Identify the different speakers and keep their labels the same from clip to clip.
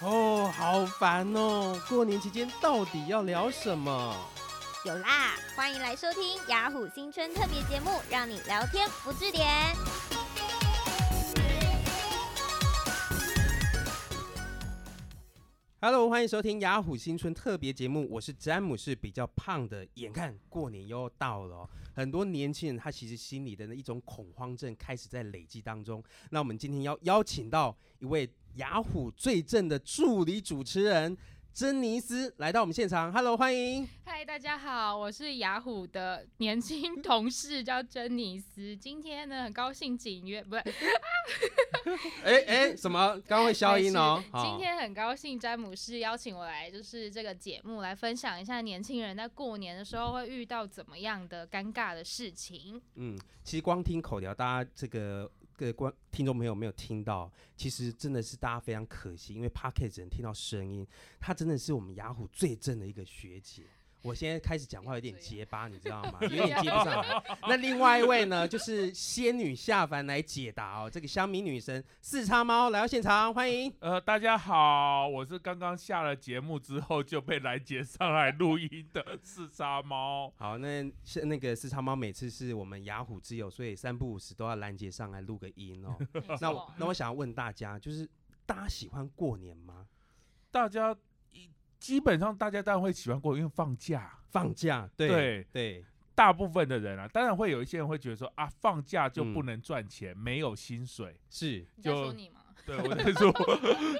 Speaker 1: 哦，好烦哦！过年期间到底要聊什么？
Speaker 2: 有啦，欢迎来收听雅虎新春特别节目，让你聊天不置点。
Speaker 1: Hello，欢迎收听雅虎新春特别节目，我是詹姆士，比较胖的。眼看过年又要到了哦、很多年轻人他其实心里的那一种恐慌症开始在累积当中。那我们今天要邀请到一位雅虎最正的助理主持人珍妮斯来到我们现场，Hello，欢迎。
Speaker 3: 嗨，大家好，我是雅虎的年轻同事，叫珍妮斯。今天呢，很高兴景约 不是，
Speaker 1: 哎哎，什么？刚刚会消音哦。
Speaker 3: 没事
Speaker 1: 好
Speaker 3: 哎今天很高兴詹姆士邀请我来，就是这个节目来分享一下年轻人在过年的时候会遇到怎么样的尴尬的事 情。
Speaker 1: 嗯，其实光听口条，大家这个各观听众朋友没有听到，其实真的是大家非常可惜，因为 p o c k e t 只能听到声音，她真的是我们雅虎最正的一个学姐。我现在开始讲话有点结巴，你知道吗？有点接不上来。那另外一位呢，就是仙女下凡来解答哦，这个香米女神四叉猫来到现场，欢迎。
Speaker 4: 呃，大家好，我是刚刚下了节目之后就被来杰上来录音的四杀猫。
Speaker 1: 好，那是那个四叉猫每次是我们雅虎之友，所以三不五时都要拦截上来录个音哦。 那
Speaker 3: 没
Speaker 1: 我
Speaker 3: 错
Speaker 1: 那我想要问大家，就是大家喜欢过年吗？
Speaker 4: 大家一基本上大家当然会喜欢过，因为放假，
Speaker 1: 放假，对
Speaker 4: 对
Speaker 1: 对
Speaker 4: 大部分的人啊，当然会有一些人会觉得说啊，放假就不能赚钱，没有薪水。
Speaker 1: 是，
Speaker 3: 你在
Speaker 4: 就
Speaker 3: 说你吗？
Speaker 4: 对我在说，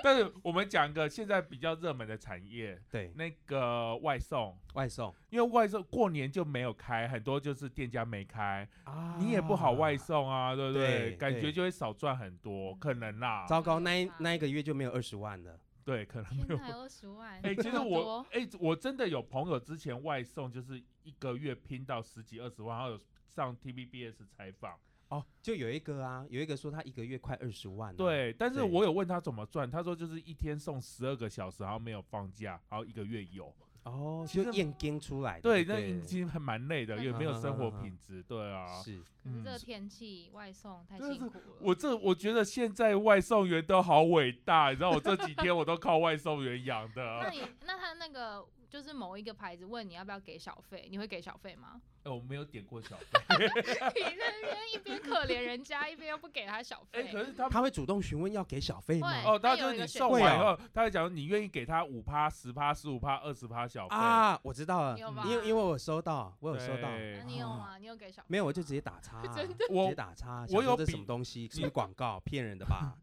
Speaker 4: 但是我们讲一个现在比较热门的产业，
Speaker 1: 对
Speaker 4: 那个外送。
Speaker 1: 外送
Speaker 4: 因为外送过年就没有开，很多就是店家没开，
Speaker 1: 啊
Speaker 4: 你也不好外。送啊，对不对？
Speaker 1: 对
Speaker 4: 感觉
Speaker 1: 对嗯
Speaker 4: 就会少赚很多，可能啦。
Speaker 1: 糟糕，那一
Speaker 4: 啊
Speaker 1: 那一个月就没有二十万了。
Speaker 4: 对，可 能没
Speaker 3: 天
Speaker 4: 有
Speaker 3: 哪，有二十万！
Speaker 4: 哎、其
Speaker 3: 这
Speaker 4: 实
Speaker 3: 么
Speaker 4: 我
Speaker 3: 多
Speaker 4: 哎、我真的有朋友之前外送，就是一个月拼到十几二十万，还有上 TVBS 采访。
Speaker 1: 哦，就有一个啊，有一个说他一个月快二十万、啊。，
Speaker 4: 对，但是
Speaker 1: 对
Speaker 4: 我有问他怎么赚，他说就是一天送十二个小时，然后没有放假，然后一个月有。
Speaker 1: 哦，
Speaker 4: 其
Speaker 1: 就
Speaker 4: 实
Speaker 1: 验跟出来的。
Speaker 4: 对，那已经还蛮累的，
Speaker 3: 嗯
Speaker 4: 也没有生活
Speaker 1: 嗯嗯嗯嗯
Speaker 4: 品质。对啊，
Speaker 1: 是
Speaker 3: 可是这个
Speaker 4: 嗯
Speaker 3: 天气外送太
Speaker 4: 真的
Speaker 3: 辛
Speaker 4: 是
Speaker 3: 苦了。
Speaker 4: 我这我觉得现在外送员都好伟大，你知道我这几天我都靠外送员养 的。
Speaker 3: 那你那他那个就是某一个牌子问你要不要给小费，你会给小费吗？
Speaker 4: 哎、我没有点过小费。
Speaker 3: 你那边一边可怜人家，一边又不给他小
Speaker 4: 哎、
Speaker 3: 费。
Speaker 4: 可是他
Speaker 1: 他会主动询问要给小费吗？
Speaker 3: 会
Speaker 4: 哦，
Speaker 3: 他
Speaker 4: 他
Speaker 3: 有
Speaker 4: 就
Speaker 3: 一
Speaker 4: 是
Speaker 3: 个
Speaker 4: 你
Speaker 3: 选
Speaker 4: 送
Speaker 1: 择
Speaker 4: 完以后，他会讲你愿意给他五趴、十趴、十五趴、二十趴小费。
Speaker 1: 啊，我知道了，
Speaker 3: 你有吧
Speaker 1: 因为因为我有收到，我有收到，
Speaker 4: 对
Speaker 3: 那你有吗？你有给小费吗？
Speaker 1: 没有我就直接打叉啊、
Speaker 3: 真的
Speaker 1: 直
Speaker 4: 我
Speaker 1: 接打叉。
Speaker 4: 我
Speaker 1: 想说
Speaker 4: 有
Speaker 1: 这
Speaker 4: 比
Speaker 1: 什么东西？是不是广告骗人的吧？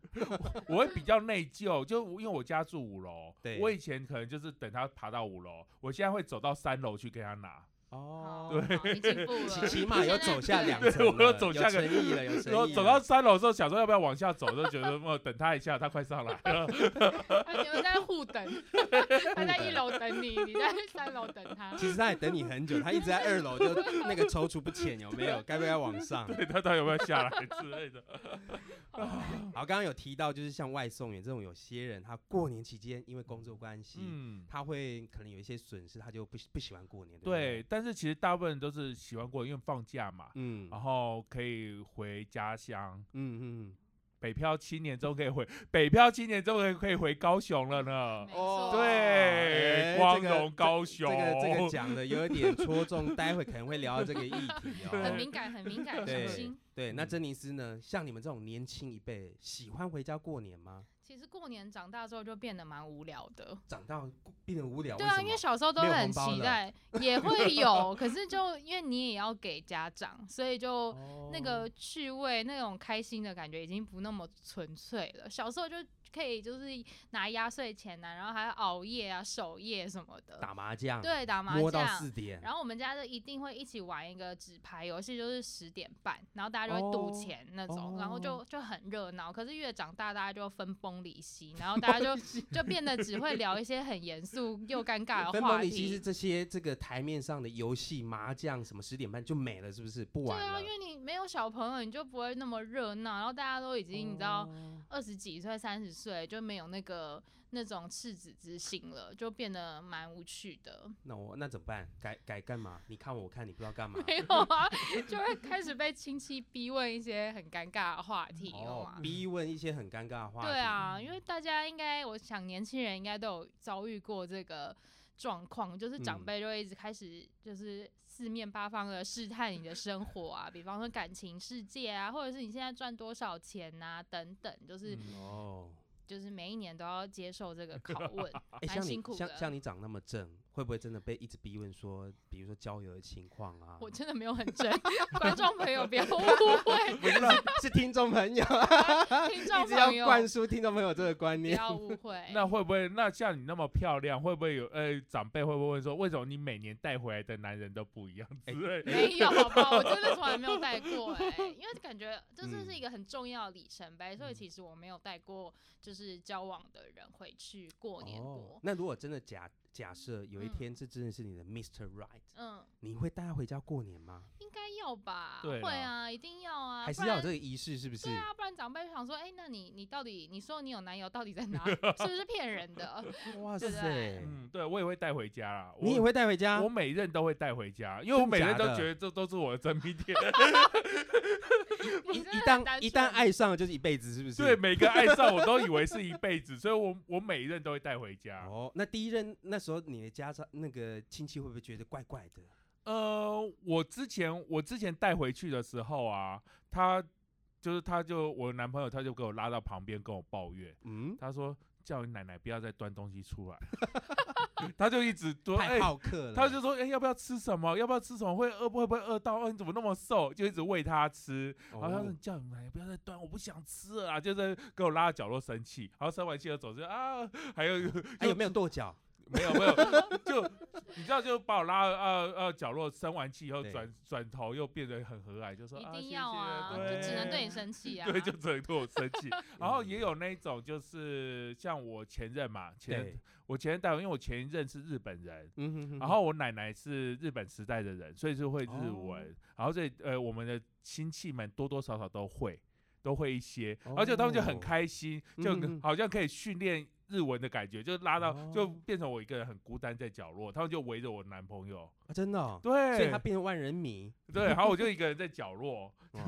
Speaker 4: 我会比较内疚，就因为我家住五楼
Speaker 1: 对，
Speaker 4: 我以前可能就是等他爬到五楼，我现在会走到三楼去给他拿，
Speaker 1: 哦，
Speaker 3: 对，好你进步
Speaker 1: 起
Speaker 3: 了，
Speaker 1: 起码有走下两层了，
Speaker 4: 对我有走下个
Speaker 1: 有诚意了，有
Speaker 4: 然后
Speaker 1: 诚意了。啊
Speaker 4: 走到三楼之后想说要不要往下走，就觉得 哦等他一下，他快上来了。
Speaker 3: 他 你们在互等，他在一楼等你，你在三楼等他。
Speaker 1: 其实他也等你很久，他一直在二楼就那个踌躇不前，有没有？该不该往上？
Speaker 4: 对，他到底有没有下来之类的？
Speaker 1: 好，刚刚有提到，就是像外送员这种，有些人他过年期间因为工作关系，
Speaker 4: 嗯，
Speaker 1: 他会可能有一些损失，他就不喜不喜欢过年，对不对？
Speaker 4: 对，但是其实大部分人都是喜欢过，因为放假嘛，
Speaker 1: 嗯
Speaker 4: 然后可以回家乡。
Speaker 1: 嗯嗯
Speaker 4: 北漂青年终可以回，北漂青年终可以可以回高雄了呢。
Speaker 3: 没
Speaker 1: 嗯，
Speaker 3: 错
Speaker 4: 对
Speaker 1: 哎
Speaker 4: 光
Speaker 1: 这个
Speaker 4: 荣高
Speaker 1: 这
Speaker 4: 雄
Speaker 1: 个这个讲的有一点戳中，待会可能会聊到这个议题
Speaker 3: 很
Speaker 1: 哦。
Speaker 3: 敏感，很敏感，
Speaker 1: 对
Speaker 3: 小心。
Speaker 1: 对，
Speaker 4: 嗯
Speaker 1: 那珍妮斯呢？像你们这种年轻一辈，喜欢回家过年吗？
Speaker 3: 其实过年长大之后就变得蛮无聊的，
Speaker 1: 长大变得无聊，
Speaker 3: 对啊，
Speaker 1: 什
Speaker 3: 因
Speaker 1: 么
Speaker 3: 为小时候都
Speaker 1: 没有
Speaker 3: 很
Speaker 1: 红包
Speaker 3: 期
Speaker 1: 了
Speaker 3: 待，也会有，可是就因为你也要给家长，所以就
Speaker 1: 哦
Speaker 3: 那个趣味、那种开心的感觉已经不那么纯粹了。小时候就可以就是拿压岁钱呐、啊然后还要熬夜啊、守夜什么的，
Speaker 1: 打麻将，
Speaker 3: 对，打麻
Speaker 1: 摸到四
Speaker 3: 将。
Speaker 1: 点，
Speaker 3: 然后我们家就一定会一起玩一个纸牌游戏，就是十点半，然后大家就会
Speaker 1: 哦
Speaker 3: 赌钱那种，然后就
Speaker 1: 哦
Speaker 3: 就很热闹。可是越长大，大家就分崩离析，然后大家就就变得只会聊一些很严肃又尴尬的
Speaker 1: 分
Speaker 3: 话
Speaker 1: 崩离析是
Speaker 3: 题。
Speaker 1: 这些这个台面上的游戏麻将什么十点半就没了，是不是不
Speaker 3: 对
Speaker 1: 玩
Speaker 3: 啊，
Speaker 1: 了？
Speaker 3: 因为你没有小朋友，你就不会那么热闹，然后大家都已经你知道
Speaker 1: 哦
Speaker 3: 二十几岁、三十岁就没有那个那种赤子之心了，就变得蛮无趣 的。
Speaker 1: 那我那怎么办？改改干嘛？你看我，我看你，不知道干嘛。
Speaker 3: 没有啊，就会开始被亲戚逼问一些很尴尬的话题，你懂
Speaker 1: 哦
Speaker 3: 吗，？
Speaker 1: 逼问一些很尴尬的话。
Speaker 3: 啊对，
Speaker 1: 嗯
Speaker 3: 啊，因为大家应该，我想年轻人应该都有遭遇过这个状况，就是长
Speaker 1: 嗯
Speaker 3: 辈就会一直开始就是四面八方的试探你的生活啊，比方说感情世界啊，或者是你现在赚多少钱呐、等等，就是、哎
Speaker 1: 哦，
Speaker 3: 就是每一年都要接受这个拷 问，
Speaker 1: 哎，
Speaker 3: 蛮
Speaker 1: 像
Speaker 3: 辛
Speaker 1: 你
Speaker 3: 苦
Speaker 1: 像
Speaker 3: 的
Speaker 1: 像你长那么正，会不会真的被一直逼问说，比如说交友的情况啊？
Speaker 3: 我真的没有很真，观众朋友不要误会，
Speaker 1: 不是啦是听众朋友，
Speaker 3: 听
Speaker 1: 一
Speaker 3: 众
Speaker 1: 直要
Speaker 3: 朋友
Speaker 1: 灌输听众朋友这个观
Speaker 3: 不
Speaker 1: 念。
Speaker 3: 要 误会。
Speaker 4: 那会不会？那像你那么漂亮，会不会有？呃，长辈会不会问说，为什么你每年带回来的男人都不一样
Speaker 1: 哎
Speaker 4: 之 类的？
Speaker 3: 没有，好吧，我真的从来没有带过哎、因为感觉这这是
Speaker 1: 嗯
Speaker 3: 一个很重要的里程碑，所以
Speaker 1: 嗯
Speaker 3: 其实我没有带过就是交往的人回去过年
Speaker 1: 哦
Speaker 3: 过，，
Speaker 1: 那如果真的假假设有一
Speaker 3: 嗯
Speaker 1: 天这真的是你的 Mr. Right，
Speaker 3: 嗯，
Speaker 1: 你会带他回家过年吗？
Speaker 3: 应该要吧，
Speaker 4: 对
Speaker 3: 会
Speaker 4: 啦
Speaker 3: 啊，一定要啊，
Speaker 1: 还是
Speaker 3: 不
Speaker 1: 要有
Speaker 3: 然
Speaker 1: 这个仪式，是不是
Speaker 3: 对？啊，不然长辈就想说，哎、那你你到底你说你有男友到底在 哪？是不是骗人的？
Speaker 1: 哇
Speaker 3: 对不
Speaker 1: 塞，
Speaker 4: 嗯，对我也会带回家啦。我
Speaker 1: 哎你也会带回家
Speaker 4: 我？每任都会带回家，因为
Speaker 1: 真
Speaker 4: 我每任
Speaker 1: 假
Speaker 4: 都
Speaker 1: 的
Speaker 4: 觉得这都是我的真 命天。
Speaker 1: 一
Speaker 3: 你
Speaker 1: 一
Speaker 3: 真的很
Speaker 1: 旦
Speaker 3: 单
Speaker 1: 一旦
Speaker 3: 纯
Speaker 1: 爱上了就是一辈子，是不是？
Speaker 4: 对，。每个爱上我都以为是一辈子，所以我我每一任都会带回家。
Speaker 1: 哦，那第一任那时候你的家长那个亲戚会不会觉得怪怪的？
Speaker 4: 呃，我之前我之前带回去的时候啊，他就是他就我男朋友他就给我拉到旁边跟我抱怨，
Speaker 1: 嗯，
Speaker 4: 他说叫你奶奶不要再端东 西出来，他就一直说
Speaker 1: 太。
Speaker 4: 哎
Speaker 1: 好客了。
Speaker 4: 他就说：“哎、要不要吃什么？要不要吃什么？会饿不会不会饿到？哦，你怎么那么瘦？就一直喂他吃。然后他说：“
Speaker 1: 哦
Speaker 4: 你叫你奶奶不要再端，我不想吃了啊！”就在给我拉到角落生气。然后生完气又走，就啊，还有
Speaker 1: 哎有没有跺脚？
Speaker 4: 没有没有，就你知道，就把我拉到呃呃角落，生完气以后
Speaker 1: 对
Speaker 4: 转转头又变得很和蔼，就说
Speaker 3: 一
Speaker 4: 啊
Speaker 3: 定
Speaker 4: 谢
Speaker 3: 要
Speaker 4: 谢
Speaker 3: 啊，就只能对你生气啊，
Speaker 4: 对，就只能对我生 气。然后也有那一种，就是像我前任嘛，前
Speaker 1: 对
Speaker 4: 任，我前任带我，因为我前一任是日本人，
Speaker 1: 嗯哼哼
Speaker 4: 然后我奶奶是日本时代的人，所以就会日
Speaker 1: 哦
Speaker 4: 文，然后所以呃我们的亲戚们多多少少都会都会一些，而且他们就很
Speaker 1: 哦
Speaker 4: 开心，就
Speaker 1: 嗯哼哼
Speaker 4: 好像可以训练日文的感觉，就拉到、就
Speaker 1: 哦
Speaker 4: 变成我一个人很孤单在角落，他们就围着我男朋友，
Speaker 1: 啊真的哦，所以
Speaker 4: 对
Speaker 1: 他变成万人迷。
Speaker 4: 对，然后我就一个人在角落，
Speaker 1: 哦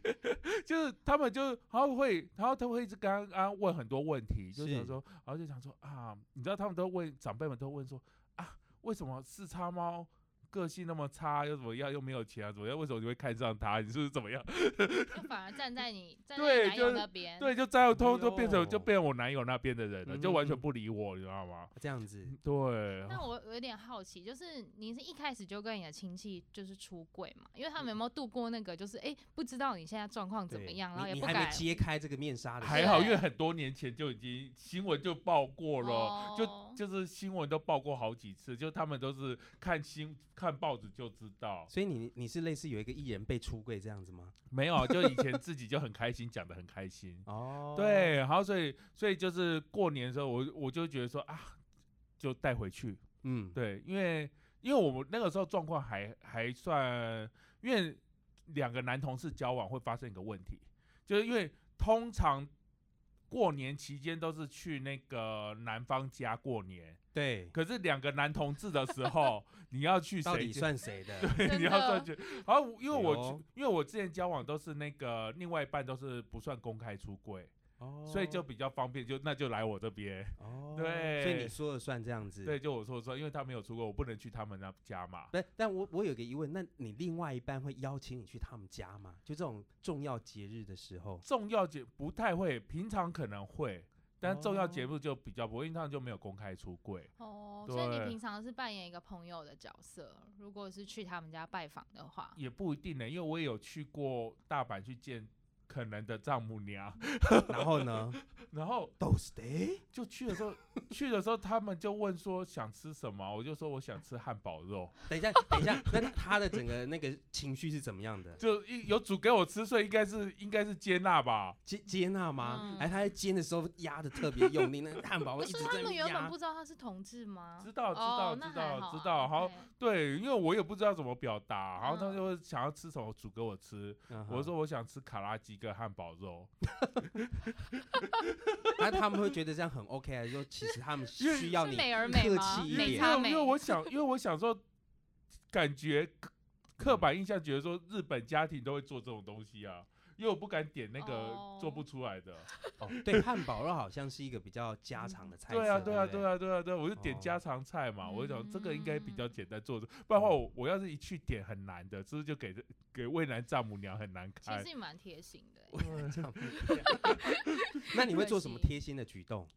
Speaker 4: 就是他们就然后会，然后他会一直刚刚问很多问题，就想
Speaker 1: 是
Speaker 4: 说，然后就想说啊，你知道他们都问长辈们都问说啊，为什么四叉猫个性那么差，又怎么样，又没有钱啊，怎么样？为什么你会看上他？你是不是怎 么样？
Speaker 3: 就反而站在你站在
Speaker 4: 对
Speaker 3: 你男友
Speaker 4: 就是
Speaker 3: 那边，
Speaker 4: 对，就在通
Speaker 1: 哎
Speaker 4: 都变成
Speaker 1: 呦
Speaker 4: 就变成我男友那边的人了，就完
Speaker 1: 嗯嗯
Speaker 4: 全
Speaker 1: 嗯
Speaker 4: 不理我，你知道吗？
Speaker 1: 这样子，
Speaker 4: 对，
Speaker 3: 那我我有点好奇，就是你是一开始就跟你的亲戚就是出柜嘛？因为他们有没有度过那个，就是哎、诶不知道你现在状况怎么
Speaker 1: 对
Speaker 3: 样，然后啊
Speaker 1: 你
Speaker 3: 也
Speaker 1: 你
Speaker 3: 不
Speaker 1: 还没
Speaker 3: 敢
Speaker 1: 揭开这个面纱的时候，
Speaker 4: 还好，
Speaker 3: 对
Speaker 4: 因为很多年前就已经新闻就报过了，
Speaker 3: 哦
Speaker 4: 就 就是新闻都报过好几次，就他们都是看新看报纸就知道，
Speaker 1: 所以你你是类似有一个艺人被出柜这样子吗？
Speaker 4: 没有，就以前自己就很开心，讲的很开心，
Speaker 1: 哦，
Speaker 4: 对，然后所以所以就是过年的时候，我我就觉得说啊，就带回去，
Speaker 1: 嗯，
Speaker 4: 对，因为因为我们那个时候状况还还算，因为两个男同事交往会发生一个问题，就是因为通常过年期间都是去那个男方家过年，
Speaker 1: 对，
Speaker 4: 可是两个男同志的时候，你要去
Speaker 1: 到
Speaker 4: 谁
Speaker 1: 底
Speaker 4: 家？
Speaker 1: 算谁的？
Speaker 4: 对，你
Speaker 3: 真
Speaker 4: 要算
Speaker 3: 的
Speaker 4: 去。然后因为我
Speaker 1: 哎呦
Speaker 4: 去，因为我之前交往都是那个另外一半都是不算公开出柜，
Speaker 1: 哦
Speaker 4: 所以就比较方便，就那就来我这边。
Speaker 1: 哦，
Speaker 4: 对
Speaker 1: 所以你说了算这样子。
Speaker 4: 对，，就我说说，因为他没有出柜，我不能去他们那家嘛。
Speaker 1: 但但我我有个疑问，那你另外一半会邀请你去他们家吗？就这种重要节日的时候，
Speaker 4: 重要节不太会，平常可能会，但重要节
Speaker 1: 哦
Speaker 4: 目就比较不会，因为他们就没有公开出柜。
Speaker 3: 哦，所以你
Speaker 4: 对
Speaker 3: 平常是扮演一个朋友的角色，如果是去他们家拜访的话，
Speaker 4: 也不一定呢、因为我也有去过大阪去见可能的丈母娘，
Speaker 1: 然后呢
Speaker 4: 然后
Speaker 1: 都是的，
Speaker 4: 就去的时候，去的时候他们就问说想吃什么，我就说我想吃汉堡肉，
Speaker 1: 等一下，等一下，那他的整个那个情绪是怎么样的？
Speaker 4: 就一有煮给我吃，所以应该是应该是接纳吧。
Speaker 1: 接接纳吗？
Speaker 3: 嗯
Speaker 1: 哎，他在煎的时候压的特别用力，那个汉堡
Speaker 3: 不
Speaker 1: 一
Speaker 3: 是
Speaker 1: 直
Speaker 3: 他
Speaker 1: 在那
Speaker 3: 们原
Speaker 1: 边
Speaker 3: 本
Speaker 1: 压
Speaker 3: 不。知道他是同志吗？
Speaker 4: 知道知道
Speaker 3: 哦
Speaker 4: 知
Speaker 3: 那还
Speaker 4: 道
Speaker 3: 好
Speaker 4: 知
Speaker 3: 啊
Speaker 4: 道，然后
Speaker 3: OK
Speaker 4: 对，因为我也不知道怎么表达，然后他
Speaker 3: 嗯
Speaker 4: 就会想要吃什么煮给我吃，
Speaker 1: 嗯哼
Speaker 4: 我说我想吃卡拉鸡个汉堡肉，
Speaker 1: 但他们会觉得这样很 OK，还是说其实他们
Speaker 4: 因为
Speaker 1: 需要
Speaker 3: 是
Speaker 1: 你
Speaker 3: 美而美
Speaker 1: 客
Speaker 3: 吗？
Speaker 1: 气一
Speaker 4: 因
Speaker 1: 点
Speaker 4: 为
Speaker 3: 美
Speaker 4: 因
Speaker 3: 啊差
Speaker 4: 为
Speaker 3: 美
Speaker 4: 因为我想，因为我小时候感觉刻刻板印象觉得说日本家庭都会做这种东西啊，因为我不敢点那个
Speaker 3: 哦
Speaker 4: 做不出来的。
Speaker 1: 哦，对，汉堡肉好像是一个比较家常的菜色。
Speaker 4: 对啊，对
Speaker 1: 对
Speaker 4: 啊，
Speaker 1: 不
Speaker 4: 对。啊，对啊，对啊，我就点
Speaker 1: 哦
Speaker 4: 家常菜嘛，我就想这个应该比较
Speaker 3: 嗯
Speaker 4: 简单做的，不然的话我我要是一去点很难的，是不是就给这给未来丈母娘很难
Speaker 3: 其
Speaker 4: 看
Speaker 3: 实？也蛮贴心的欸，
Speaker 1: 我也
Speaker 4: 啊
Speaker 1: 这样不一样 那你会做 什么贴心的举动？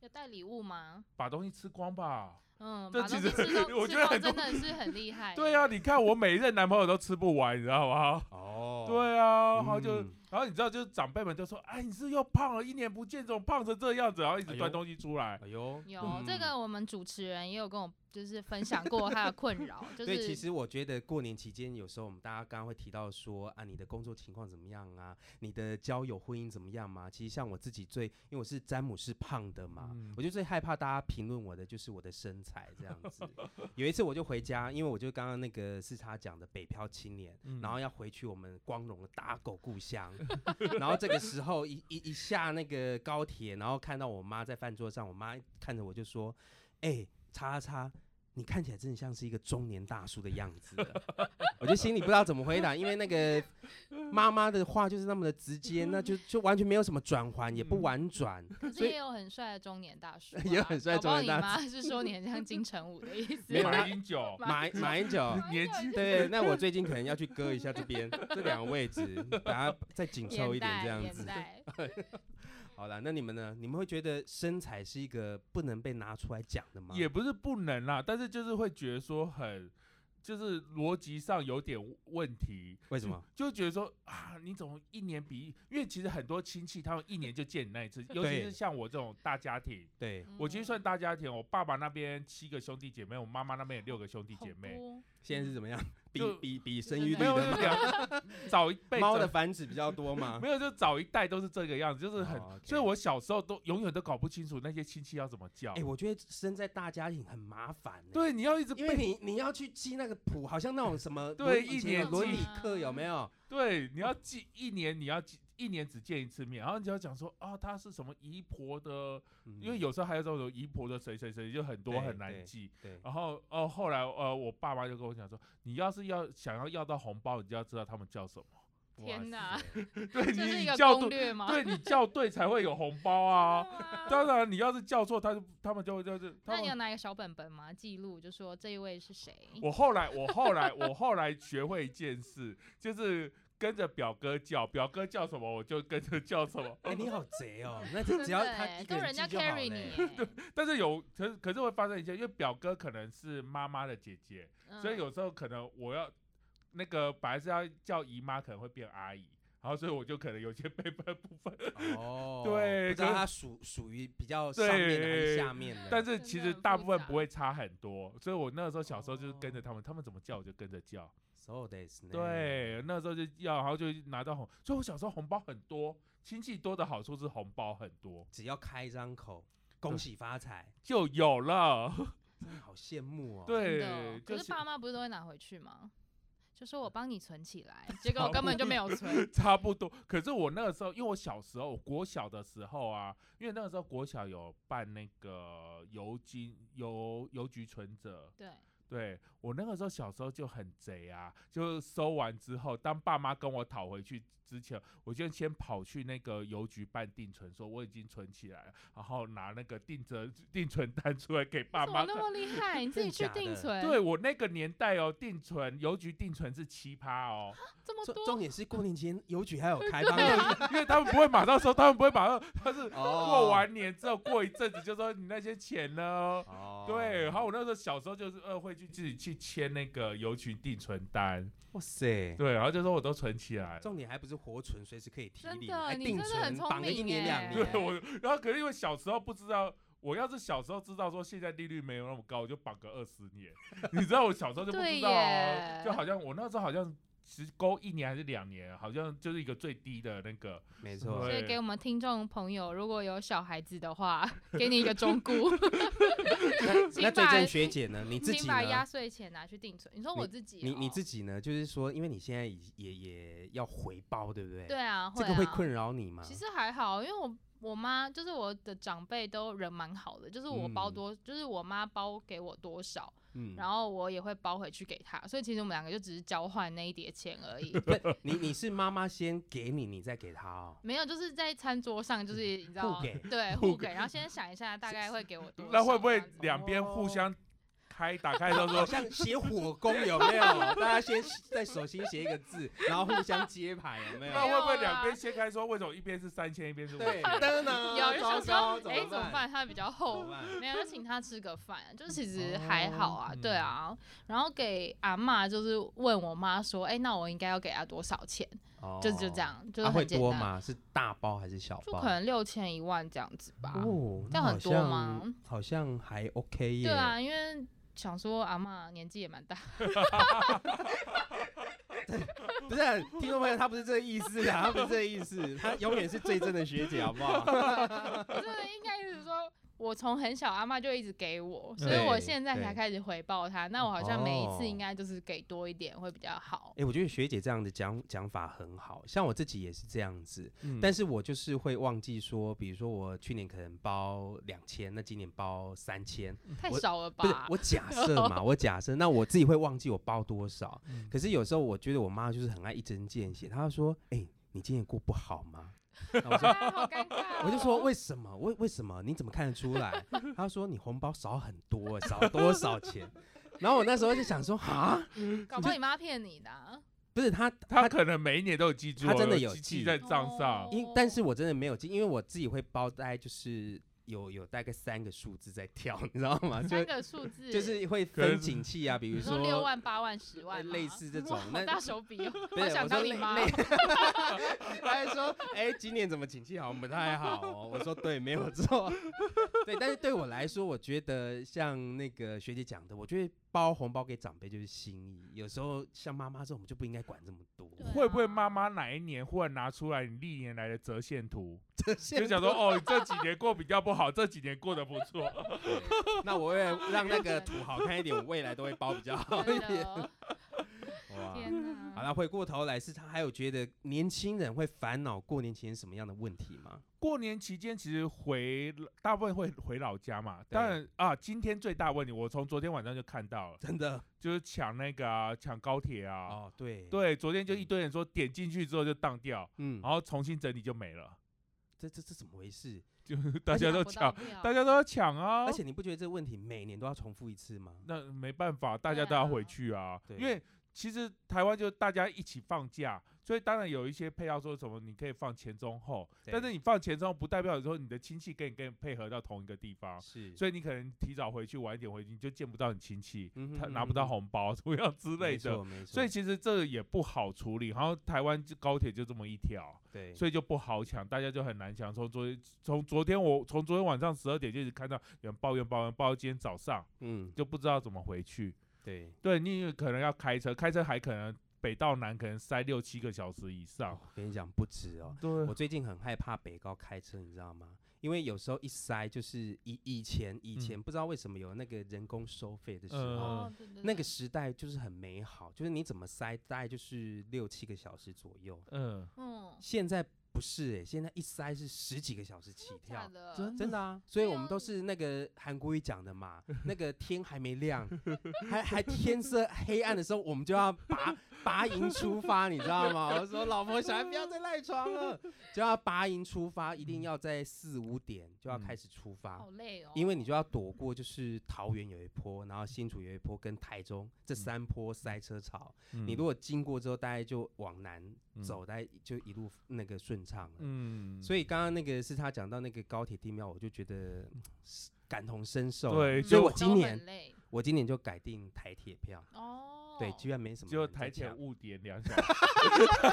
Speaker 3: 有带礼物吗？
Speaker 4: 把东西吃光吧。
Speaker 3: 嗯，
Speaker 4: 这
Speaker 3: 把东
Speaker 4: 其
Speaker 3: 西
Speaker 4: 实
Speaker 3: 吃光，
Speaker 4: 我
Speaker 3: 吃
Speaker 4: 觉得
Speaker 3: 光
Speaker 4: 很
Speaker 3: 真
Speaker 4: 多
Speaker 3: 的是很厉
Speaker 1: 哎
Speaker 3: 害。
Speaker 4: 对啊，，你看我每一任男朋友都吃不完，你知道吗？
Speaker 1: 哦，
Speaker 4: 对啊，然后就，
Speaker 1: 嗯
Speaker 4: 然后你知道，就是长辈们就说：“哎，你是又胖了，一年不见，怎么胖成这样子？”然后一直
Speaker 1: 哎
Speaker 4: 端
Speaker 1: 呦
Speaker 4: 东西出来。
Speaker 1: 哎呦，
Speaker 3: 有这
Speaker 1: 嗯。
Speaker 3: 个，我们主持人也有跟我就是分享过他的困 扰，就
Speaker 1: 对，其
Speaker 3: 是
Speaker 1: 实我觉得过年期间，有时候我们大家刚刚会提到说啊，你的工作情况怎么样啊？你的交友婚姻怎么样嘛？其实像我自己最，因为我是詹姆士胖的嘛，
Speaker 4: 嗯
Speaker 1: 我就最害怕大家评论我的就是我的身材这样 子。有一次我就回家，因为我就刚刚那个四叉讲的北漂青年，
Speaker 4: 嗯
Speaker 1: 然后要回去我们光荣的打狗故乡， 然后这个时候一一一下那个高铁，然后看到我妈在饭桌上，我妈看着我就说：“哎、叉叉叉。”你看起来真的像是一个中年大叔的样子了， 我就心里不知道怎么回答，因为那个妈妈的话就是那么的直接，那 就就完全没有什么转环，也不
Speaker 4: 嗯
Speaker 1: 婉转，
Speaker 3: 可是
Speaker 1: 所以
Speaker 3: 也有很帅的中年大叔 啊，
Speaker 1: 也有很帅的
Speaker 3: 搞不好
Speaker 1: 中年大
Speaker 3: 你妈是说你很像金城武的意思
Speaker 1: 没有
Speaker 3: 吗，
Speaker 4: 马英九
Speaker 3: 马
Speaker 1: 马马英九
Speaker 4: 年纪
Speaker 1: 对，那我最近可能要去割一下这边这两个位置，把它再紧凑一
Speaker 3: 眼
Speaker 1: 点
Speaker 3: 袋
Speaker 1: 这样
Speaker 3: 眼
Speaker 1: 子。
Speaker 3: 袋，
Speaker 1: 好了，那你们呢？你们会觉得身材是一个不能被拿出来讲的吗？
Speaker 4: 也不是不能啦，但是就是会觉得说很，就是逻辑上有点问题。
Speaker 1: 为什么？
Speaker 4: 就觉得说啊，你怎么一年比一？因为其实很多亲戚他们一年就见你那一次，尤其
Speaker 1: 对
Speaker 4: 是像我这种大家庭。
Speaker 1: 对，
Speaker 3: 嗯
Speaker 4: 我其实算大家庭，我爸爸那边七个兄弟姐妹，我妈妈那边有六个兄弟
Speaker 3: 好
Speaker 4: 姐妹，
Speaker 3: 多
Speaker 1: 现在是怎么样？比
Speaker 4: 嗯就
Speaker 1: 比比生育率
Speaker 4: 没有
Speaker 1: 的
Speaker 4: 就
Speaker 1: 吗
Speaker 4: 两早一辈
Speaker 1: 猫
Speaker 4: 早
Speaker 1: 的繁殖比较多吗？
Speaker 4: 没有，就早一代都是这个样子，就是很，
Speaker 1: 哦，OK
Speaker 4: 所以我小时候都永远都搞不清楚那些亲戚要怎么叫。
Speaker 1: 哎、我觉得生在大家庭很麻烦、欸。。
Speaker 4: 对，你要一直
Speaker 1: 因为
Speaker 4: 背，
Speaker 1: 你你要去记那个谱，好像那种什么
Speaker 4: 对
Speaker 1: 伦以
Speaker 4: 一
Speaker 1: 前
Speaker 4: 年
Speaker 1: 有伦
Speaker 3: 级
Speaker 1: 理课有没有？
Speaker 4: 对，你要记一年，你要记一年只见一次面，然后你就要讲说啊，他是什么姨婆的，因
Speaker 1: 嗯
Speaker 4: 为有时候还有这种姨婆的谁谁谁，就很多
Speaker 1: 对
Speaker 4: 很难
Speaker 1: 对
Speaker 4: 记。
Speaker 1: 对
Speaker 4: 然后哦，后来呃，我爸妈就跟我讲说，你要是要想要要到红包，你就要知道他们叫什么。
Speaker 3: 天哪
Speaker 1: 哇 塞
Speaker 4: 对
Speaker 3: 这是
Speaker 4: 你
Speaker 3: 一
Speaker 4: 你
Speaker 3: 个
Speaker 4: 叫
Speaker 3: 攻
Speaker 4: 对，
Speaker 3: 略吗？
Speaker 4: 对你叫对才会有红包啊。当
Speaker 3: 啊。
Speaker 4: 然，你要是叫错，他就他们就会就是他
Speaker 3: 那你
Speaker 4: 们
Speaker 3: 有拿一个小本本吗？记录就说这一位是 谁？
Speaker 4: 我后来，我后来，我后来学会一件事，就是跟着表哥叫，表哥叫什么我就跟着叫什么。
Speaker 1: 哎、你好贼哦！ 那
Speaker 3: 真
Speaker 1: 这
Speaker 3: 的
Speaker 1: 只要他
Speaker 3: 欸
Speaker 1: 一
Speaker 3: 都
Speaker 1: 个
Speaker 3: 人
Speaker 1: 记
Speaker 3: 家
Speaker 1: 就好了
Speaker 3: carry 你
Speaker 1: 欸。
Speaker 3: 欸，
Speaker 4: 但是有，可是可是会发生一些，因为表哥可能是妈妈的姐姐，
Speaker 3: 嗯
Speaker 4: 所以有时候可能我要那个本来是要叫姨妈，可能会变阿姨，然后所以我就可能有些辈分不分。
Speaker 1: 哦，
Speaker 4: 对
Speaker 1: 不知道
Speaker 4: 可是
Speaker 1: 它属属于比较上面的还是
Speaker 4: 对
Speaker 1: 下面的。
Speaker 4: 但
Speaker 1: 是
Speaker 4: 是
Speaker 3: 真
Speaker 4: 其
Speaker 3: 的
Speaker 4: 实
Speaker 3: 很
Speaker 4: 大
Speaker 3: 复
Speaker 4: 部分
Speaker 3: 杂
Speaker 4: 不会差很多，所以我那个时候小时候就是跟着
Speaker 1: 哦
Speaker 4: 他们，他们怎么叫我就跟着叫。
Speaker 1: so this 呢？
Speaker 4: 对，那时候就要，然后就拿到红，所以我小时候红包很多，亲戚多的好处是红包很多
Speaker 1: 只要开一张口，恭
Speaker 4: 对
Speaker 1: 喜发财，
Speaker 4: 就有了。
Speaker 1: 真的好羡慕哦。
Speaker 3: 真
Speaker 4: 对
Speaker 3: 的哦，
Speaker 4: 就
Speaker 3: 可是
Speaker 4: 是
Speaker 3: 爸妈不是都会拿回去吗？就说我帮你存起 来，结果我根本就没有存。
Speaker 4: 差不多。可是我那个时候，因为我小时候，我国小的时候啊，因为那个时候国小有办那个邮金邮邮局存折，
Speaker 3: 对，
Speaker 4: 对我那个时候小时候就很贼啊，就收完之后，当爸妈跟我讨回去之前，我就先跑去那个邮局办定存，说我已经存起来了，然后拿那个定存定存单出来给爸
Speaker 3: 怎么
Speaker 4: 妈
Speaker 3: 那
Speaker 4: 看。
Speaker 3: 么厉害？你自己去
Speaker 1: 真的假的
Speaker 3: 定存，
Speaker 4: 对，我那个年代哦，定存邮局定存是奇葩哦，
Speaker 3: 这么
Speaker 1: 重
Speaker 3: 多
Speaker 1: 重点是过年期间邮局还有 开放
Speaker 4: 因为他们不会马上收，他们不会马上， 他是
Speaker 1: 哦
Speaker 4: 过完年之后过一阵子就说你那些钱呢？
Speaker 1: 哦
Speaker 4: 对，然后我那时候小时候就是呃会去自己去签那个邮局定存单，
Speaker 1: 哇塞，
Speaker 4: 对，然后就说我都存起来了。
Speaker 1: 重点还不是活存，随时可以提
Speaker 3: 真
Speaker 1: 领，
Speaker 3: 的
Speaker 1: 还
Speaker 3: 你
Speaker 1: 定
Speaker 3: 真的很
Speaker 1: 存，
Speaker 3: 聪
Speaker 1: 绑个一
Speaker 3: 明
Speaker 1: 年两
Speaker 3: 耶
Speaker 1: 年。
Speaker 4: 对我，然后可是因为小时候不知道，我要是小时候知道说现在利率没有那么高，我就绑个二十年。你知道我小时候就不
Speaker 3: 对
Speaker 4: 知道、啊，
Speaker 3: 耶
Speaker 4: 就好像我那时候好像其实勾一年还是两年，好像就是一个最低的那个。
Speaker 1: 没
Speaker 4: 对
Speaker 1: 错
Speaker 3: 所。以给我们听众朋友，如果有小孩子的话，给你一 个忠告，
Speaker 1: 那
Speaker 3: 请
Speaker 1: 最
Speaker 3: 把
Speaker 1: 正学姐呢？你自己
Speaker 3: 请把压
Speaker 1: 呢？
Speaker 3: 岁钱拿去定存。你说我自己哦、
Speaker 1: 你你自己呢？就是说，因为你现在也也也要回包，对不对？
Speaker 3: 对啊，
Speaker 1: 这个会
Speaker 3: 会啊
Speaker 1: 困扰你吗？
Speaker 3: 其实还好，因为我我妈就是我的长辈都人蛮好的，就是我包
Speaker 1: 嗯
Speaker 3: 多，就是我妈包给我多少，
Speaker 1: 嗯，。
Speaker 3: 然后我也会包回去给她，所以其实我们两个就只是交换那一叠钱而已
Speaker 1: 不 你你是妈妈先给你，你再给她哦。
Speaker 3: 没有，就是在餐桌上，就是你知道
Speaker 1: 嗯互给，
Speaker 3: 对，
Speaker 4: 互
Speaker 3: 互给。然后现在想一下，大概会给我 多少？
Speaker 4: 那会不会
Speaker 3: 这样子
Speaker 4: 两边互相开打开都
Speaker 1: 好
Speaker 4: 说
Speaker 1: 像写火攻有没有？ 大家先在手心写一个字，然后互相揭牌有没有啊
Speaker 4: 那？会不会两边切开说为什么一边是三千一边是 五
Speaker 1: 对，
Speaker 4: 千？
Speaker 1: 噔呢？
Speaker 3: 有人
Speaker 1: 糟
Speaker 3: 想
Speaker 1: 糕， 怎
Speaker 3: 说，哎、
Speaker 1: 么
Speaker 3: 怎么
Speaker 1: 办？
Speaker 3: 办？他比较
Speaker 1: 怎
Speaker 3: 厚
Speaker 1: 么，办？
Speaker 3: 没有，就请他吃个饭，啊就其实还好啊，
Speaker 4: 哦
Speaker 3: 对
Speaker 1: 嗯
Speaker 3: 啊。然后给阿嬷就是问我妈说，哎、那我应该要给她多少钱？
Speaker 1: 哦
Speaker 3: 就就这。样，就是
Speaker 1: 啊会
Speaker 3: 很简
Speaker 1: 多
Speaker 3: 单，
Speaker 1: 吗？是大包还是小
Speaker 3: 就
Speaker 1: 包？
Speaker 3: 可能六千一万这样子吧。
Speaker 1: 哦，
Speaker 3: 这样
Speaker 1: 那
Speaker 3: 很多
Speaker 1: 好像
Speaker 3: 吗？
Speaker 1: 好像还 OK 耶。
Speaker 3: 对啊，因为想说阿嬷年纪也蛮大，
Speaker 1: 不是啊听众朋友，他不是这个意思啊，他 不是这个意思，他永远是最正的学姐，好不好？
Speaker 3: 就是应该是说。我从很小，阿嬷就一直给我，所以我
Speaker 1: 对
Speaker 3: 现在才
Speaker 1: 对
Speaker 3: 开始回报她。那我好像每一
Speaker 1: 哦
Speaker 3: 次应该就是给多一点会比较好
Speaker 1: 哎、。我觉得学姐这样的讲讲法很好，像我自己也是这样子，
Speaker 4: 嗯
Speaker 1: 但是我就是会忘记说，比如说我去年可能包两千，那今年包三千，
Speaker 3: 太
Speaker 1: 我
Speaker 3: 少了
Speaker 1: 不是
Speaker 3: 吧？
Speaker 1: 我假设嘛，我假设，那我自己会忘记我包多少。
Speaker 4: 嗯
Speaker 1: 可是有时候我觉得我妈就是很爱一针见血，她就说：“哎、你今年过不好吗？”那我说。
Speaker 3: 啊好尴尬哦、
Speaker 1: 我就说为什么？为为什么？你怎么看得出来？她说你红包少很多，少多少钱？然后我那时候就想说啊，
Speaker 3: 哦搞不好你妈骗你的、啊。
Speaker 1: 不是她
Speaker 4: 他可能每一年都有记住哦，
Speaker 1: 他真的有
Speaker 4: 记
Speaker 1: 记
Speaker 4: 记在账上
Speaker 3: 哦。
Speaker 1: 因但是我真的没有记，因为我自己会包，大概就是有有大概三个数字在跳，你知道吗？就
Speaker 3: 三个数字
Speaker 1: 就是会
Speaker 4: 可
Speaker 1: 分
Speaker 4: 能是
Speaker 1: 景气啊，比
Speaker 3: 比
Speaker 1: 如说
Speaker 3: 六万、八万、十
Speaker 1: 呃
Speaker 3: 万吗，
Speaker 1: 类似这 种
Speaker 3: 哇，好
Speaker 1: 那
Speaker 3: 大手笔哦，
Speaker 1: 不
Speaker 3: 好
Speaker 1: 是
Speaker 3: 想
Speaker 1: 我说
Speaker 3: 当你
Speaker 1: 类
Speaker 3: 妈
Speaker 1: 类，他还说哎、今年怎么景气好像不太好哦？我说对，没有错， 对，但是对我来说，我觉得像那个学姐讲的，我觉得包红包给长辈就是心意，有时候像妈妈这种，我们就不应该管这么多。
Speaker 3: 对
Speaker 4: 会不会妈妈哪一年忽然拿出来你历年来的折线图，就
Speaker 1: 就
Speaker 4: 想说哦，你这几年过比较不好，这几年过得不错。
Speaker 1: 那我为了让那个图好看一点，我未来都会包比较好一
Speaker 3: 哦 真
Speaker 1: 点。
Speaker 3: 的，
Speaker 1: 哇
Speaker 3: 天
Speaker 1: 好
Speaker 3: 哪！
Speaker 1: 了，回过头来是他还有觉得年轻人会烦恼过年前什么样的问题吗？
Speaker 4: 过年期间其实回大部分会回老家嘛，
Speaker 1: 对
Speaker 4: 当然啊，今天最大问题我从昨天晚上就看到了，
Speaker 1: 真的
Speaker 4: 就是抢那个啊，抢高铁啊。
Speaker 1: 嗯哦，对，
Speaker 4: 对，昨天就一堆人说点进去之后就当掉，
Speaker 1: 嗯，
Speaker 4: 然后重新整理就没了，
Speaker 1: 这这这怎么回事？
Speaker 4: 就是 大家都抢，大
Speaker 3: 家
Speaker 4: 家都要抢啊。
Speaker 1: 而且你不觉得这个问题每年都要重复一次吗？
Speaker 4: 那没办法，大家
Speaker 3: 对
Speaker 4: 都要
Speaker 3: 啊
Speaker 4: 回去啊，
Speaker 1: 对
Speaker 4: 因为其实台湾就大家一起放假，所以当然有一些配套说什么你可以放前中后，但是
Speaker 1: 对
Speaker 4: 你放前中后不代表说你的亲戚跟你跟你配合到同一个地方，
Speaker 1: 是
Speaker 4: 所以你可能提早回去，晚一点回去，你就见不到你亲戚，
Speaker 1: 嗯哼
Speaker 4: 他
Speaker 1: 嗯
Speaker 4: 拿
Speaker 1: 哼
Speaker 4: 不到
Speaker 1: 嗯哼
Speaker 4: 红包怎么样之类
Speaker 1: 没
Speaker 4: 的。
Speaker 1: 错，没错，
Speaker 4: 所以其实这也不好处理，然后台湾就高铁就这么一条，
Speaker 1: 对，
Speaker 4: 所以就不好抢，大家就很难抢。从昨天从昨天我从昨天晚上十二点就一直看到有人抱怨抱怨抱怨，今天早上
Speaker 1: 嗯，
Speaker 4: 就不知道怎么回去。
Speaker 1: 对，
Speaker 4: 对你有可能要开车，开车还可能北到南可能塞六七个小时以上
Speaker 1: 哦我。跟你讲不止哦，
Speaker 4: 对
Speaker 1: 我最近很害怕北高开车，你知道吗？因为有时候一塞就是以以前以前不知道为什么有那个人工收费的时
Speaker 4: 嗯
Speaker 1: 候，
Speaker 3: 哦对对对
Speaker 1: 那个时代就是很美好，就是你怎么塞大概就是六七个小时左右。
Speaker 4: 嗯，
Speaker 3: 嗯，
Speaker 1: 现在不是哎、现在一塞是十几个小时起
Speaker 3: 假
Speaker 1: 跳，
Speaker 3: 的，
Speaker 4: 真
Speaker 1: 真的啊。所以我们
Speaker 3: 对
Speaker 1: 都
Speaker 3: 啊
Speaker 1: 是那个韩国语讲的嘛，那个天还没亮， 还还天色黑暗的时候，我们就要拔拔营出发，你知道吗？我说老婆小孩不要再赖床了，就要拔营出发，一定要在四五点就要开始出发。
Speaker 3: 好累哦，
Speaker 1: 啊因为你就要躲过，就是桃园有一波，然后新竹有一波，跟台中这三波塞车潮。
Speaker 4: 嗯
Speaker 1: 你如果经过之后，大概就往南走，大概就一路那个顺畅了。
Speaker 4: 嗯，嗯
Speaker 1: 所以刚刚那个是他讲到那个高铁地庙，我就觉得是感同身受啊。
Speaker 4: 对，
Speaker 3: 嗯
Speaker 1: 所以
Speaker 4: 就
Speaker 1: 我今
Speaker 3: 都很
Speaker 1: 年
Speaker 3: 累
Speaker 1: 我今年就改订台铁票，
Speaker 3: 哦，
Speaker 1: 对，居然没什么
Speaker 4: 就
Speaker 1: 人在
Speaker 4: 台 铁
Speaker 1: 抢
Speaker 4: 误点两小时，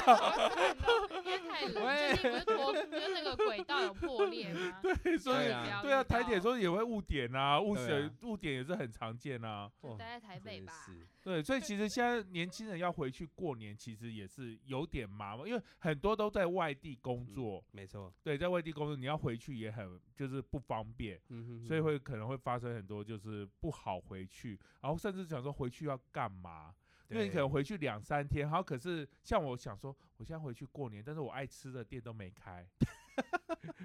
Speaker 3: 好惨哦因为台太冷，最近不是脱，就是那个轨道有破裂吗？
Speaker 4: 对，所以
Speaker 1: 对
Speaker 3: 不
Speaker 1: 啊
Speaker 3: 要
Speaker 4: 对啊，
Speaker 3: 遇到
Speaker 4: 台铁说也会误点啊，误
Speaker 1: 对啊
Speaker 4: 点误点也是很常见啊。
Speaker 1: 哦
Speaker 3: 待在台北
Speaker 1: 真
Speaker 3: 吧。
Speaker 1: 是
Speaker 4: 对，所以其实现在年轻人要回去过年，其实也是有点麻烦，因为很多都在外地工
Speaker 1: 嗯
Speaker 4: 作，
Speaker 1: 没错，
Speaker 4: 对，在外地工作你要回去也很就是不方便，
Speaker 1: 嗯哼哼，
Speaker 4: 所以会可能会发生很多就是不好回去，然后甚至想说回去要干嘛，因为你可能
Speaker 1: 对
Speaker 4: 回去两三天，然后可是像我想说，我现在回去过年，但是我爱吃的店都没开，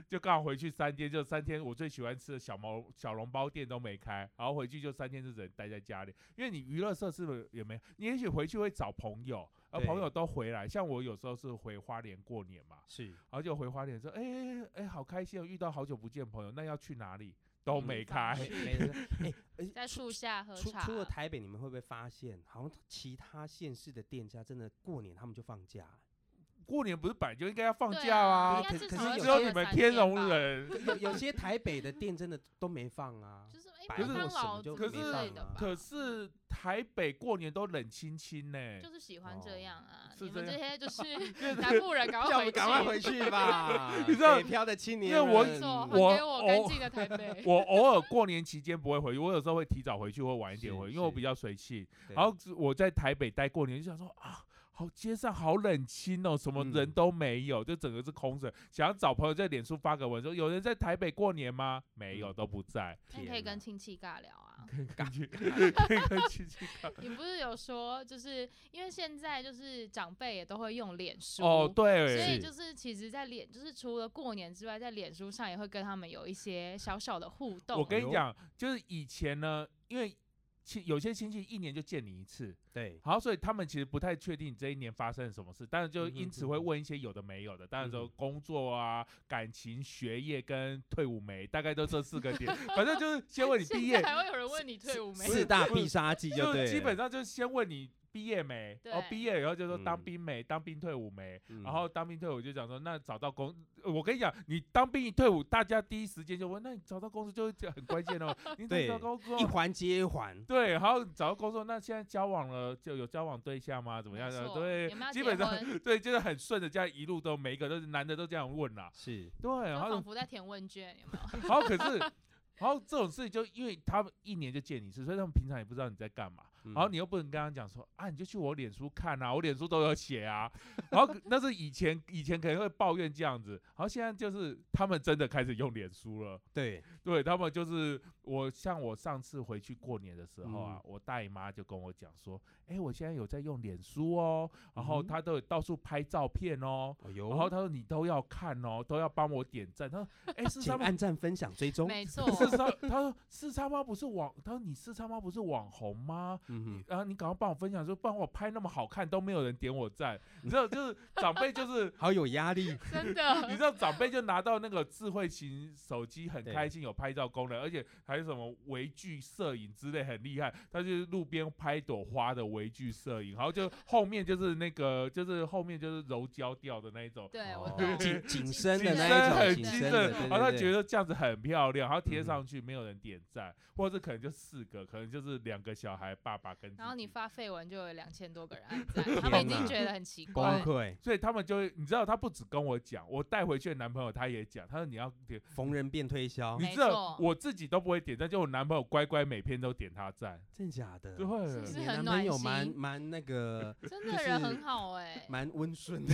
Speaker 4: 就刚好回去三天，就三天我最喜欢吃的小毛小笼包店都没开，然后回去就三天就只能待在家里，因为你娱乐设施也没，你也许回去会找朋友，而
Speaker 1: 对
Speaker 4: 朋友都回来，像我有时候是回花莲过年嘛，
Speaker 1: 是
Speaker 4: 然后就回花莲说，哎哎哎，好开心哦，遇到好久不见朋友，那要去哪里？都
Speaker 1: 嗯
Speaker 4: 没开，
Speaker 1: 没 错，哎，而且
Speaker 3: 在
Speaker 1: 出
Speaker 3: 树下喝
Speaker 1: 出
Speaker 3: 茶。啊
Speaker 1: 出了台北，你们会不会发现，好像其他县市的店家真的过年他们就放假，
Speaker 4: 过年不是本来就应该要放
Speaker 3: 对
Speaker 4: 假
Speaker 3: 啊，
Speaker 4: 啊
Speaker 3: 应，该
Speaker 1: 可
Speaker 3: 至
Speaker 1: 可
Speaker 3: 少
Speaker 1: 是
Speaker 3: 要
Speaker 1: 有些
Speaker 3: 休
Speaker 4: 只有
Speaker 3: 个
Speaker 4: 你们
Speaker 3: 三
Speaker 4: 天
Speaker 3: 天
Speaker 4: 龙
Speaker 3: 吧，
Speaker 4: 人。
Speaker 1: 有有些台北的店真的都没放 啊，
Speaker 3: 就是哎，
Speaker 1: 百
Speaker 4: 可
Speaker 1: 货
Speaker 4: 是
Speaker 3: 麦当
Speaker 1: 什
Speaker 3: 劳
Speaker 1: 么就
Speaker 3: 之
Speaker 4: 可
Speaker 1: 没
Speaker 3: 类
Speaker 4: 是
Speaker 1: 放
Speaker 3: 的
Speaker 1: 啊
Speaker 3: 吧。
Speaker 4: 可是台北过年都冷清清呢、
Speaker 3: 就是喜欢
Speaker 1: 哦
Speaker 3: 这样啊，
Speaker 4: 是
Speaker 3: 你们
Speaker 4: 这
Speaker 3: 这些就是
Speaker 4: 因为，
Speaker 3: 南部人赶
Speaker 1: 叫我们
Speaker 3: 快回
Speaker 1: 赶快
Speaker 3: 去
Speaker 1: 回去 吧
Speaker 4: 你知道
Speaker 1: 北漂的青年
Speaker 4: 因为我
Speaker 3: 没
Speaker 1: 人
Speaker 3: 错，还
Speaker 4: 我
Speaker 3: 给我干
Speaker 4: 我
Speaker 3: 净的台北。
Speaker 4: 我偶尔过年期间不会回去，我有时候会提早回去或晚一点
Speaker 1: 是
Speaker 4: 回，因为我比
Speaker 1: 是
Speaker 4: 较随性。
Speaker 1: 对
Speaker 4: 然后只我在台北待过年，就想说啊，好街上好冷清哦，什么
Speaker 1: 嗯
Speaker 4: 人都没有，就整个是空着。想要找朋友在脸书发个文说，有人在台北过年吗？没有，
Speaker 1: 嗯
Speaker 4: 都不在。
Speaker 3: 那你可以
Speaker 1: 天哪
Speaker 3: 跟亲戚尬聊啊。
Speaker 4: 感觉 可以跟亲戚看
Speaker 3: 你不是有说，就是因为现在就是长辈也都会用脸书
Speaker 4: 哦，
Speaker 3: 所以
Speaker 4: 对，
Speaker 1: 是
Speaker 3: 就是其实，在脸就是除了过年之外，在脸书上也会跟他们有一些小小的互动。
Speaker 4: 我跟
Speaker 1: 哎
Speaker 4: 你
Speaker 1: 呦
Speaker 4: 讲，就是以前呢，因为亲有些亲戚一年就见你一次，
Speaker 1: 对
Speaker 4: 好，所以他们其实不太确定这一年发生了什么事，但是就
Speaker 1: 嗯哼
Speaker 4: 因此会问一些有的没有的，当然说
Speaker 1: 嗯哼
Speaker 4: 工作啊、感情、学业跟退伍没，大概都这四个点，反正就是先问你毕
Speaker 3: 现
Speaker 4: 业
Speaker 3: 在，还会有人问你退伍没？
Speaker 1: 四大必杀技就
Speaker 4: 就
Speaker 1: 对了，
Speaker 4: 基本上就是先问你毕业没，哦，
Speaker 3: 对
Speaker 4: 毕业以后就说当
Speaker 1: 嗯
Speaker 4: 兵没，当兵退伍没，
Speaker 1: 嗯
Speaker 4: 然后当兵退伍就讲说，那找到公，呃我跟你讲，你当兵一退伍，大家第一时间就问，那你找到公司就会讲很 关键哦，你怎么
Speaker 1: 对
Speaker 4: 找到工
Speaker 1: 一
Speaker 4: 作？
Speaker 1: 环接一环，
Speaker 4: 对，然后找到工作，那现在交往了就有交往对象吗？怎么样
Speaker 3: 没
Speaker 4: 的？
Speaker 3: 错
Speaker 4: 对
Speaker 3: 有没有，
Speaker 4: 基
Speaker 3: 结
Speaker 4: 本上
Speaker 3: 婚
Speaker 4: 对，就是很顺的，这样一路都每一个都是男的都这样问啦、啊
Speaker 1: 是
Speaker 4: 对，
Speaker 3: 就
Speaker 4: 然后
Speaker 3: 仿佛在填问卷，有没 有？
Speaker 4: 然后可是，然后这种事情就因为他们一年就见你一次，所以他们平常也不知道你在干嘛。
Speaker 1: 嗯
Speaker 4: 然后你又不能跟他讲说啊，你就去我脸书看啊，我脸书都有写啊。 然后可那是以前以前可能会抱怨这样子，然后现在就是他们真的开始用脸书了。
Speaker 1: 对
Speaker 4: 对他们就是我，像我上次回去过年的时候啊，
Speaker 1: 嗯
Speaker 4: 我大姨妈就跟我讲说，哎、我现在有在用脸书哦，然后
Speaker 1: 嗯
Speaker 4: 她都有到处拍照片哦，
Speaker 1: 哦哟，
Speaker 4: 然后她说你都要看哦，都要帮我点赞。她说， 哎、四
Speaker 1: 啊请
Speaker 4: 三妈，
Speaker 1: 按赞、分享、追踪，
Speaker 3: 没错，
Speaker 4: 四三，她说四三妈不是网，她说你四三妈不是网红吗？
Speaker 1: 嗯
Speaker 4: 然后你赶快帮我分享，说不然我拍那么好看都没有人点我赞，你知道，就是长辈 就是
Speaker 1: 哼，好有压力，
Speaker 3: 真的
Speaker 4: 你。知道长辈就拿到那个智慧型手机，很
Speaker 1: 对
Speaker 4: 开心，有拍照功能，而且还有什么微距摄影之类，很厉害。他就是路边拍朵花的微距摄影，然后就后面就是那个，就是后面就是柔焦掉的那一种，
Speaker 3: 对，
Speaker 1: 哦
Speaker 3: 我懂。
Speaker 1: 紧紧身
Speaker 4: 紧
Speaker 1: 的
Speaker 4: 身
Speaker 1: 那一
Speaker 4: 很
Speaker 1: 种，
Speaker 4: 精
Speaker 1: 紧身
Speaker 4: 神，
Speaker 1: 的，对
Speaker 4: 然后他觉
Speaker 1: 得
Speaker 4: 得这样子很漂亮，然后贴
Speaker 1: 嗯哼
Speaker 4: 上去没有人点
Speaker 1: 嗯
Speaker 4: 赞，或者是可能就四个，可能就是两个小孩，爸爸跟
Speaker 3: 然后
Speaker 4: 自
Speaker 3: 你
Speaker 4: 己
Speaker 3: 发绯闻就有两千多个人按 赞，他们已经觉得很奇
Speaker 1: 崩
Speaker 3: 怪。
Speaker 1: 溃，
Speaker 4: 所以他们就会，你知道，他不止跟我讲，我带回去的男朋友他也讲，他说你要点
Speaker 1: 逢人便推销，
Speaker 4: 你
Speaker 3: 没
Speaker 4: 知道
Speaker 3: 错
Speaker 4: 我自己都不会点赞，就我男朋友乖乖每篇都点他赞，
Speaker 1: 真假的？
Speaker 4: 就会
Speaker 3: 是不
Speaker 1: 你
Speaker 3: 是
Speaker 1: 的
Speaker 3: 很
Speaker 1: 男
Speaker 3: 暖
Speaker 1: 朋友蛮
Speaker 3: 心
Speaker 1: 蛮那个
Speaker 3: 真
Speaker 1: 就
Speaker 3: 的人
Speaker 1: 是
Speaker 3: 很好哎、
Speaker 1: 蛮温顺的，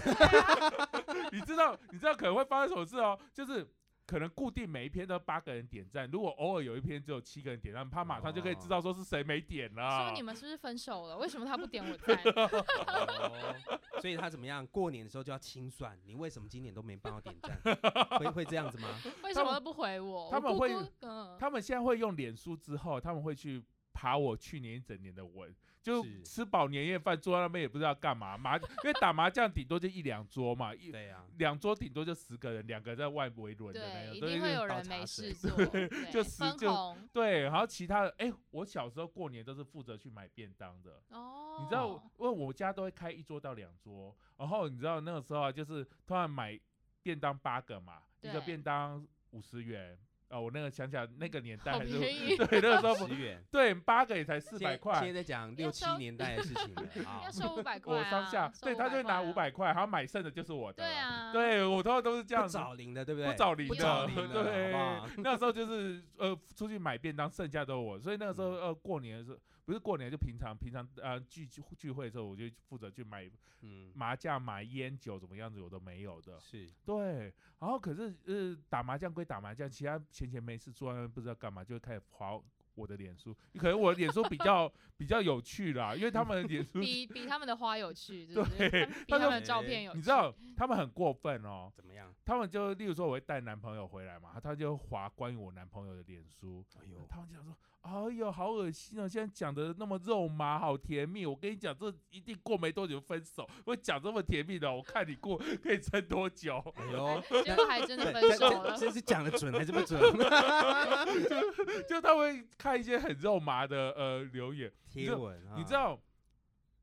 Speaker 4: 你知道你知道可能会发生什么事哦，就是可能固定每一篇都八个人点赞，如果偶尔有一篇只有七个人点赞，他马上就可
Speaker 3: 哦
Speaker 4: 以知道说是谁没点
Speaker 3: 说
Speaker 4: 了
Speaker 3: 你。们是不是分手了？为什么他不点我 赞？
Speaker 1: 哦所以他怎么样？过年的时候就要清算，你为什么今年都没帮我点 赞？会会这样子吗？
Speaker 3: 为什么不回我？
Speaker 4: 他们
Speaker 3: 我姑
Speaker 4: 会
Speaker 3: 姑嗯，
Speaker 4: 他们现在会用脸书之后，他们会去。爬我去年一整年的文，就是吃饱年夜饭，坐在那边也不知道干嘛麻，因为打麻将顶多就一两桌嘛，一
Speaker 1: 对啊呀，
Speaker 4: 两桌顶多就十个人，两个在外围轮的那
Speaker 3: 对，
Speaker 4: 种，
Speaker 3: 一
Speaker 4: 所以
Speaker 3: 定
Speaker 4: 就
Speaker 3: 会
Speaker 4: 是
Speaker 3: 有
Speaker 1: 倒
Speaker 3: 人
Speaker 1: 茶
Speaker 3: 没
Speaker 1: 水
Speaker 3: 事 做，对
Speaker 4: 就十
Speaker 3: 分
Speaker 4: 就
Speaker 3: 红
Speaker 4: 对，然后其他的，哎、我小时候过年都是负责去买便当的，
Speaker 3: 哦。
Speaker 4: 你知道，因为我家都会开一桌到两桌，然后你知道那个时候啊，就是突然买便当八个嘛，一个
Speaker 3: 对
Speaker 4: 便当五十元。啊、我那个想想那个年代
Speaker 3: 好
Speaker 4: 还是
Speaker 3: 便宜
Speaker 4: 对那个时候不
Speaker 1: 十元，
Speaker 4: 对八个也才四
Speaker 1: 现
Speaker 4: 百
Speaker 1: 在
Speaker 4: 块
Speaker 1: 现，在在讲六
Speaker 3: 要
Speaker 1: 七
Speaker 3: 收
Speaker 1: 年代的事情 了啊
Speaker 3: 要。收五百块、
Speaker 4: 我
Speaker 3: 啊，
Speaker 4: 上下
Speaker 3: 收
Speaker 4: 对他就
Speaker 3: 500块
Speaker 4: 拿
Speaker 3: 啊
Speaker 4: 五，百块，然后买剩的就是我的
Speaker 3: 对
Speaker 4: 了。
Speaker 3: 啊，，
Speaker 4: 对我通常都是这样
Speaker 1: 不
Speaker 4: 子，
Speaker 1: 找零的，对不对？
Speaker 4: 不找零
Speaker 1: 不
Speaker 4: 的，
Speaker 1: 找 零的
Speaker 4: 对，
Speaker 1: 好不好
Speaker 4: 那时候就是呃出去买便当，剩下都是我，所以那个时候
Speaker 1: 嗯
Speaker 4: 呃过年的时候不是过年就平常平常呃聚聚会的时候，我就负责去买
Speaker 1: 嗯，
Speaker 4: 麻将、买烟酒怎么样子我都没有的，
Speaker 1: 是
Speaker 4: 对。然后可是呃打麻将归打麻将，其他闲闲没事坐在那边不知道干嘛，就会开始划我的脸书，可能我的脸书比较比较有趣啦，因为他们的脸书
Speaker 3: 比比他们的花有趣，是不是？
Speaker 4: 对
Speaker 3: 他们 比
Speaker 4: 他
Speaker 3: 他
Speaker 4: 就
Speaker 3: 们的照片有趣，
Speaker 4: 你知道他们很过分哦，
Speaker 1: 怎么样？
Speaker 4: 他们就例如说我会带男朋友回来嘛，他就划关于我男朋友的脸书，
Speaker 1: 哎呦，
Speaker 4: 他们就想说，哎呦好恶心哦，现在讲的那么肉麻，好甜蜜，我跟你讲，这一定过没多久分手， 我讲这么甜蜜的，我看你过可以撑多久？
Speaker 1: 哎呦，
Speaker 3: 哎结果还真的
Speaker 1: 对
Speaker 3: 分
Speaker 1: 这
Speaker 3: 手
Speaker 1: 这
Speaker 3: 了。
Speaker 1: 这是讲的准还是不准？
Speaker 4: 就他会看一些很肉麻的呃留言，
Speaker 1: 贴文啊，
Speaker 4: 你知道